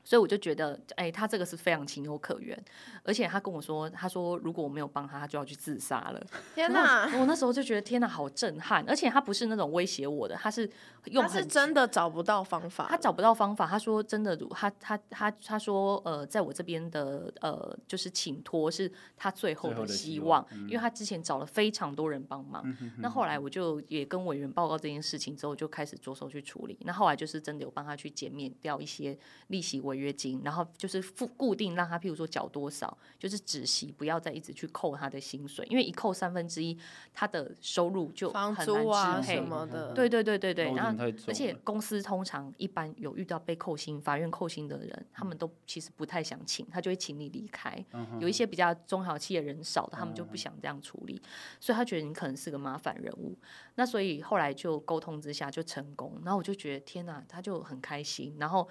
Speaker 3: 所以我就觉得，哎、他这个是非常情有可原，而且他跟我说，他说如果我没有帮他，他就要去自杀了。
Speaker 1: 天
Speaker 3: 哪！
Speaker 1: 哪，
Speaker 3: 我那时候就觉得，天哪，好震撼！而且他不是那种威胁我的，他是用
Speaker 1: 他
Speaker 3: 很
Speaker 1: 是真的找不到方法，
Speaker 3: 他找不到方法，他说真的，如他他他他说呃，在我这边的呃，就是请托是他最后
Speaker 2: 最后
Speaker 3: 的
Speaker 2: 的希
Speaker 3: 希
Speaker 2: 望
Speaker 3: 望，嗯因为他之前找了非常多人帮忙。那后来我就也跟委员报告这件事情之后，就开始着手去处理。那后来就是真的有帮他去减免掉一些利息违约金，然后就是付固定让他，譬如说缴多少，就是止息，不要再一直去扣他的薪水，因为一扣三分之一，他的收入就
Speaker 1: 房
Speaker 3: 很
Speaker 1: 租啊
Speaker 3: 难支
Speaker 1: 什
Speaker 3: 配。
Speaker 1: 么的，
Speaker 3: 对对对对
Speaker 2: 那
Speaker 3: 对，
Speaker 2: 我
Speaker 3: 然
Speaker 2: 有点
Speaker 3: 后
Speaker 2: 太重
Speaker 3: 而且
Speaker 2: 了
Speaker 3: 公司通常一般有遇到被扣薪、法院扣薪的人，他们都其实不太想请，他就会请你离开。
Speaker 2: 嗯
Speaker 3: 有一些比较中小企业人少的，他们就不想这样处理，所以他觉得你可能是个麻烦人物。那所以后来就沟通之下就成功，然后我就觉得天哪，他就很开心，然后。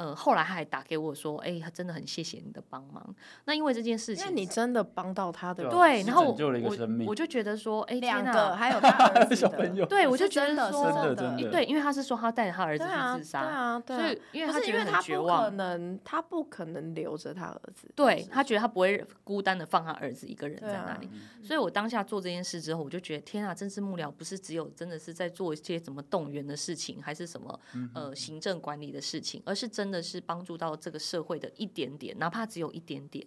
Speaker 3: 呃，后来他还打给我说：“哎、他真的很谢谢你的帮忙。”那因为这件事
Speaker 1: 因为
Speaker 3: 情，
Speaker 1: 你真的帮到他的
Speaker 2: 对啊
Speaker 3: 对，
Speaker 2: 是
Speaker 3: 然后我
Speaker 2: 拯救了一个生命
Speaker 3: 我就觉得说：“哎、天
Speaker 1: 两
Speaker 3: 哪
Speaker 1: 个， 还有他儿子的
Speaker 2: 小朋友
Speaker 3: 对我
Speaker 1: 是
Speaker 3: 就觉
Speaker 1: 真
Speaker 3: 得
Speaker 1: 的是
Speaker 3: 说，
Speaker 2: 真的真的
Speaker 3: 对，因为他是说他带着他儿子
Speaker 1: 对
Speaker 3: 去
Speaker 1: 啊，
Speaker 3: 自
Speaker 1: 对
Speaker 3: 杀，
Speaker 1: 啊，对
Speaker 3: 所
Speaker 1: 啊
Speaker 3: 以，因为
Speaker 1: 不
Speaker 3: 他
Speaker 1: 是
Speaker 3: 觉
Speaker 1: 因
Speaker 3: 得
Speaker 1: 为
Speaker 3: 很
Speaker 1: 他
Speaker 3: 绝
Speaker 1: 不可
Speaker 3: 望，
Speaker 1: 能，他不可能留着他儿子，
Speaker 3: 对他觉得他不会孤单的放他儿子一个人
Speaker 1: 对
Speaker 3: 在那
Speaker 1: 啊
Speaker 2: 嗯
Speaker 3: 里。所以我当下做这件事之后，我就觉得天啊，政治幕僚不是只有真的是在做一些什么动员的事情，还是什么
Speaker 1: 嗯
Speaker 3: 呃行政管理的事情，而是真的是帮助到这个社会的一点点，哪怕只有一点点。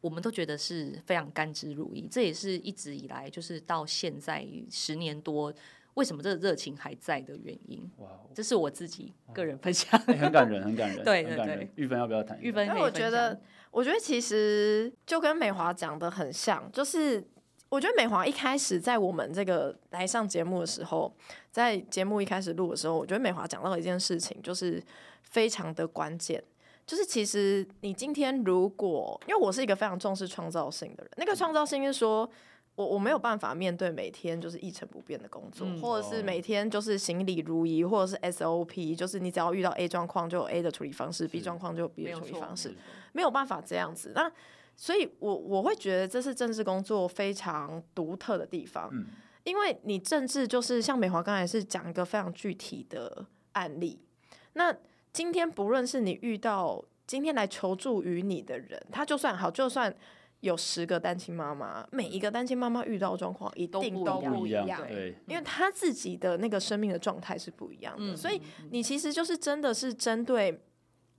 Speaker 3: 我们都觉得是非常甘之如饴，这也是一直以来就是到现在十年多，为什么这个热情还在的原因。
Speaker 2: 哇哦，
Speaker 3: 这是我自己个人分享。
Speaker 2: 哎很感人，很感人，
Speaker 3: 对对
Speaker 2: 很感人。玉芬要不要谈？
Speaker 3: 玉芬可
Speaker 1: 但
Speaker 3: 以分享，
Speaker 1: 我觉得，我觉得其实就跟美华讲的很像，就是我觉得美华一开始在我们这个来上节目的时候，在节目一开始录的时候，我觉得美华讲到了一件事情，就是非常的关键。就是其实你今天如果，因为我是一个非常重视创造性的人，那个创造性是说我我没有办法面对每天就是一成不变的工作，
Speaker 3: 嗯
Speaker 1: 或者
Speaker 2: 哦
Speaker 1: 是每天就是行礼如仪，或者是 SOP，就是你只要遇到 A 状况就有 A 的处理方式，B
Speaker 2: 是
Speaker 1: 状况就有 B
Speaker 3: 没
Speaker 1: 的
Speaker 3: 有
Speaker 1: 处理
Speaker 3: 错嗯
Speaker 1: 方式
Speaker 2: 是。
Speaker 1: 没有办法这样子。那所以我，我会觉得这是政治工作非常独特的地方，
Speaker 2: 嗯
Speaker 1: 因为你政治就是像美华刚才是讲一个非常具体的案例。那今天不论是你遇到今天来求助于你的人，他就算好，就算有十个单亲妈妈，每一个单亲妈妈遇到的状况一
Speaker 3: 嗯都
Speaker 1: 定
Speaker 3: 不
Speaker 1: 都
Speaker 3: 一样
Speaker 1: 不
Speaker 2: 不
Speaker 1: 一
Speaker 2: 一样
Speaker 1: 样，，
Speaker 2: 对，
Speaker 1: 因为他自己的那个生命的状态是不一样的，
Speaker 3: 嗯
Speaker 1: 所以你其实就是真的是针对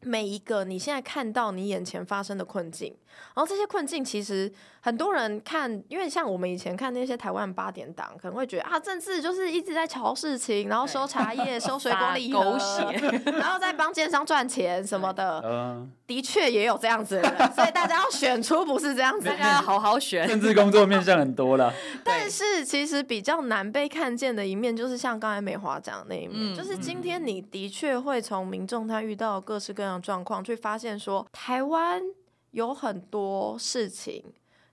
Speaker 1: 每一个你现在看到你眼前发生的困境，然后这些困境其实很多人看，因为像我们以前看那些台湾八点档，可能会觉得啊，政治就是一直在炒事情，然后收茶 叶、收水果礼盒、
Speaker 3: 狗血，
Speaker 1: 然后再帮奸商赚钱什么的，
Speaker 2: 嗯，
Speaker 1: 的确也有这样子的人，所以大家要选出不是这样子的
Speaker 3: 大
Speaker 1: 人
Speaker 3: 家好好选。
Speaker 2: 政治工作面向很多啦，
Speaker 1: 但是其实比较难被看见的一面，就是像刚才美华讲的那一面，
Speaker 3: 嗯
Speaker 1: 就是今天你的确会从民众他遇到各式各样的状况，去发现说台湾有很多事情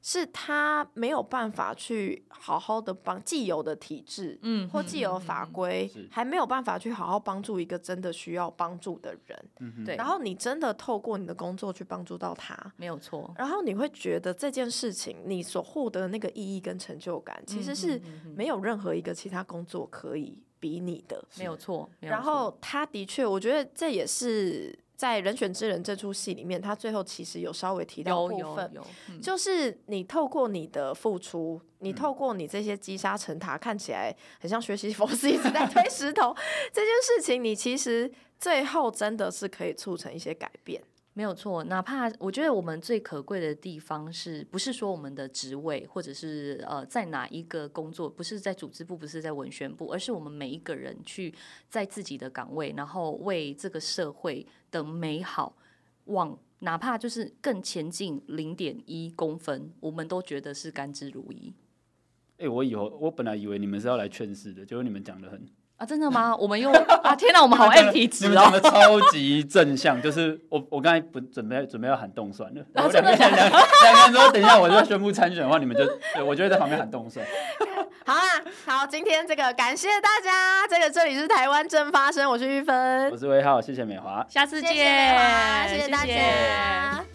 Speaker 1: 是他没有办法去好好的帮既有的体制。
Speaker 3: 嗯
Speaker 1: 或既有法规
Speaker 2: 是
Speaker 1: 还没有办法去好好帮助一个真的需要帮助的人，
Speaker 2: 嗯
Speaker 3: 对，
Speaker 1: 然后你真的透过你的工作去帮助到他，
Speaker 3: 没有错，
Speaker 1: 然后你会觉得这件事情你所获得的那个意义跟成就感，
Speaker 3: 嗯
Speaker 1: 其实是没有任何一个其他工作可以比拟的。
Speaker 3: 没有错，没有错
Speaker 1: 然后他的确，我觉得这也是在《人选之人》这出戏里面，他最后其实有稍微提到
Speaker 3: 有
Speaker 1: 部
Speaker 3: 有
Speaker 1: 分，
Speaker 3: 有，嗯
Speaker 1: 就是你透过你的付出，你透过你这些积沙成塔，看起来很像学习佛斯一直在推石头 这件事情，你其实最后真的是可以促成一些改变。
Speaker 3: 没有错，哪怕我觉得我们最可贵的地方是，不是说我们的职位或者是呃在哪一个工作，不是在组织部，不是在文宣部，而是我们每一个人去在自己的岗位，然后为这个社会的美好往哪怕就是更前进零点一公分，我们都觉得是甘之如饴
Speaker 2: 哎、我以后我本来以为你们是要来劝世的，结果你们讲的很，
Speaker 3: 啊！真的吗？我们 用啊，天哪，我们好 M 体
Speaker 2: 你
Speaker 3: 值
Speaker 2: 们
Speaker 3: 哦
Speaker 2: 讲！的超级正向，就是我我刚才不准备准备要喊动算了，
Speaker 3: 啊
Speaker 2: 然后两个人两个人说等一下我就要宣布参选的话，你们就对我就会在旁边喊动算。
Speaker 1: 好啦，好，今天这个感谢大家，这个这里是台湾正发生，我是玉芬
Speaker 2: 我，是威浩，谢谢美华。
Speaker 3: 下次
Speaker 1: 谢
Speaker 3: 见，
Speaker 1: 谢美华谢谢大家。
Speaker 3: 谢谢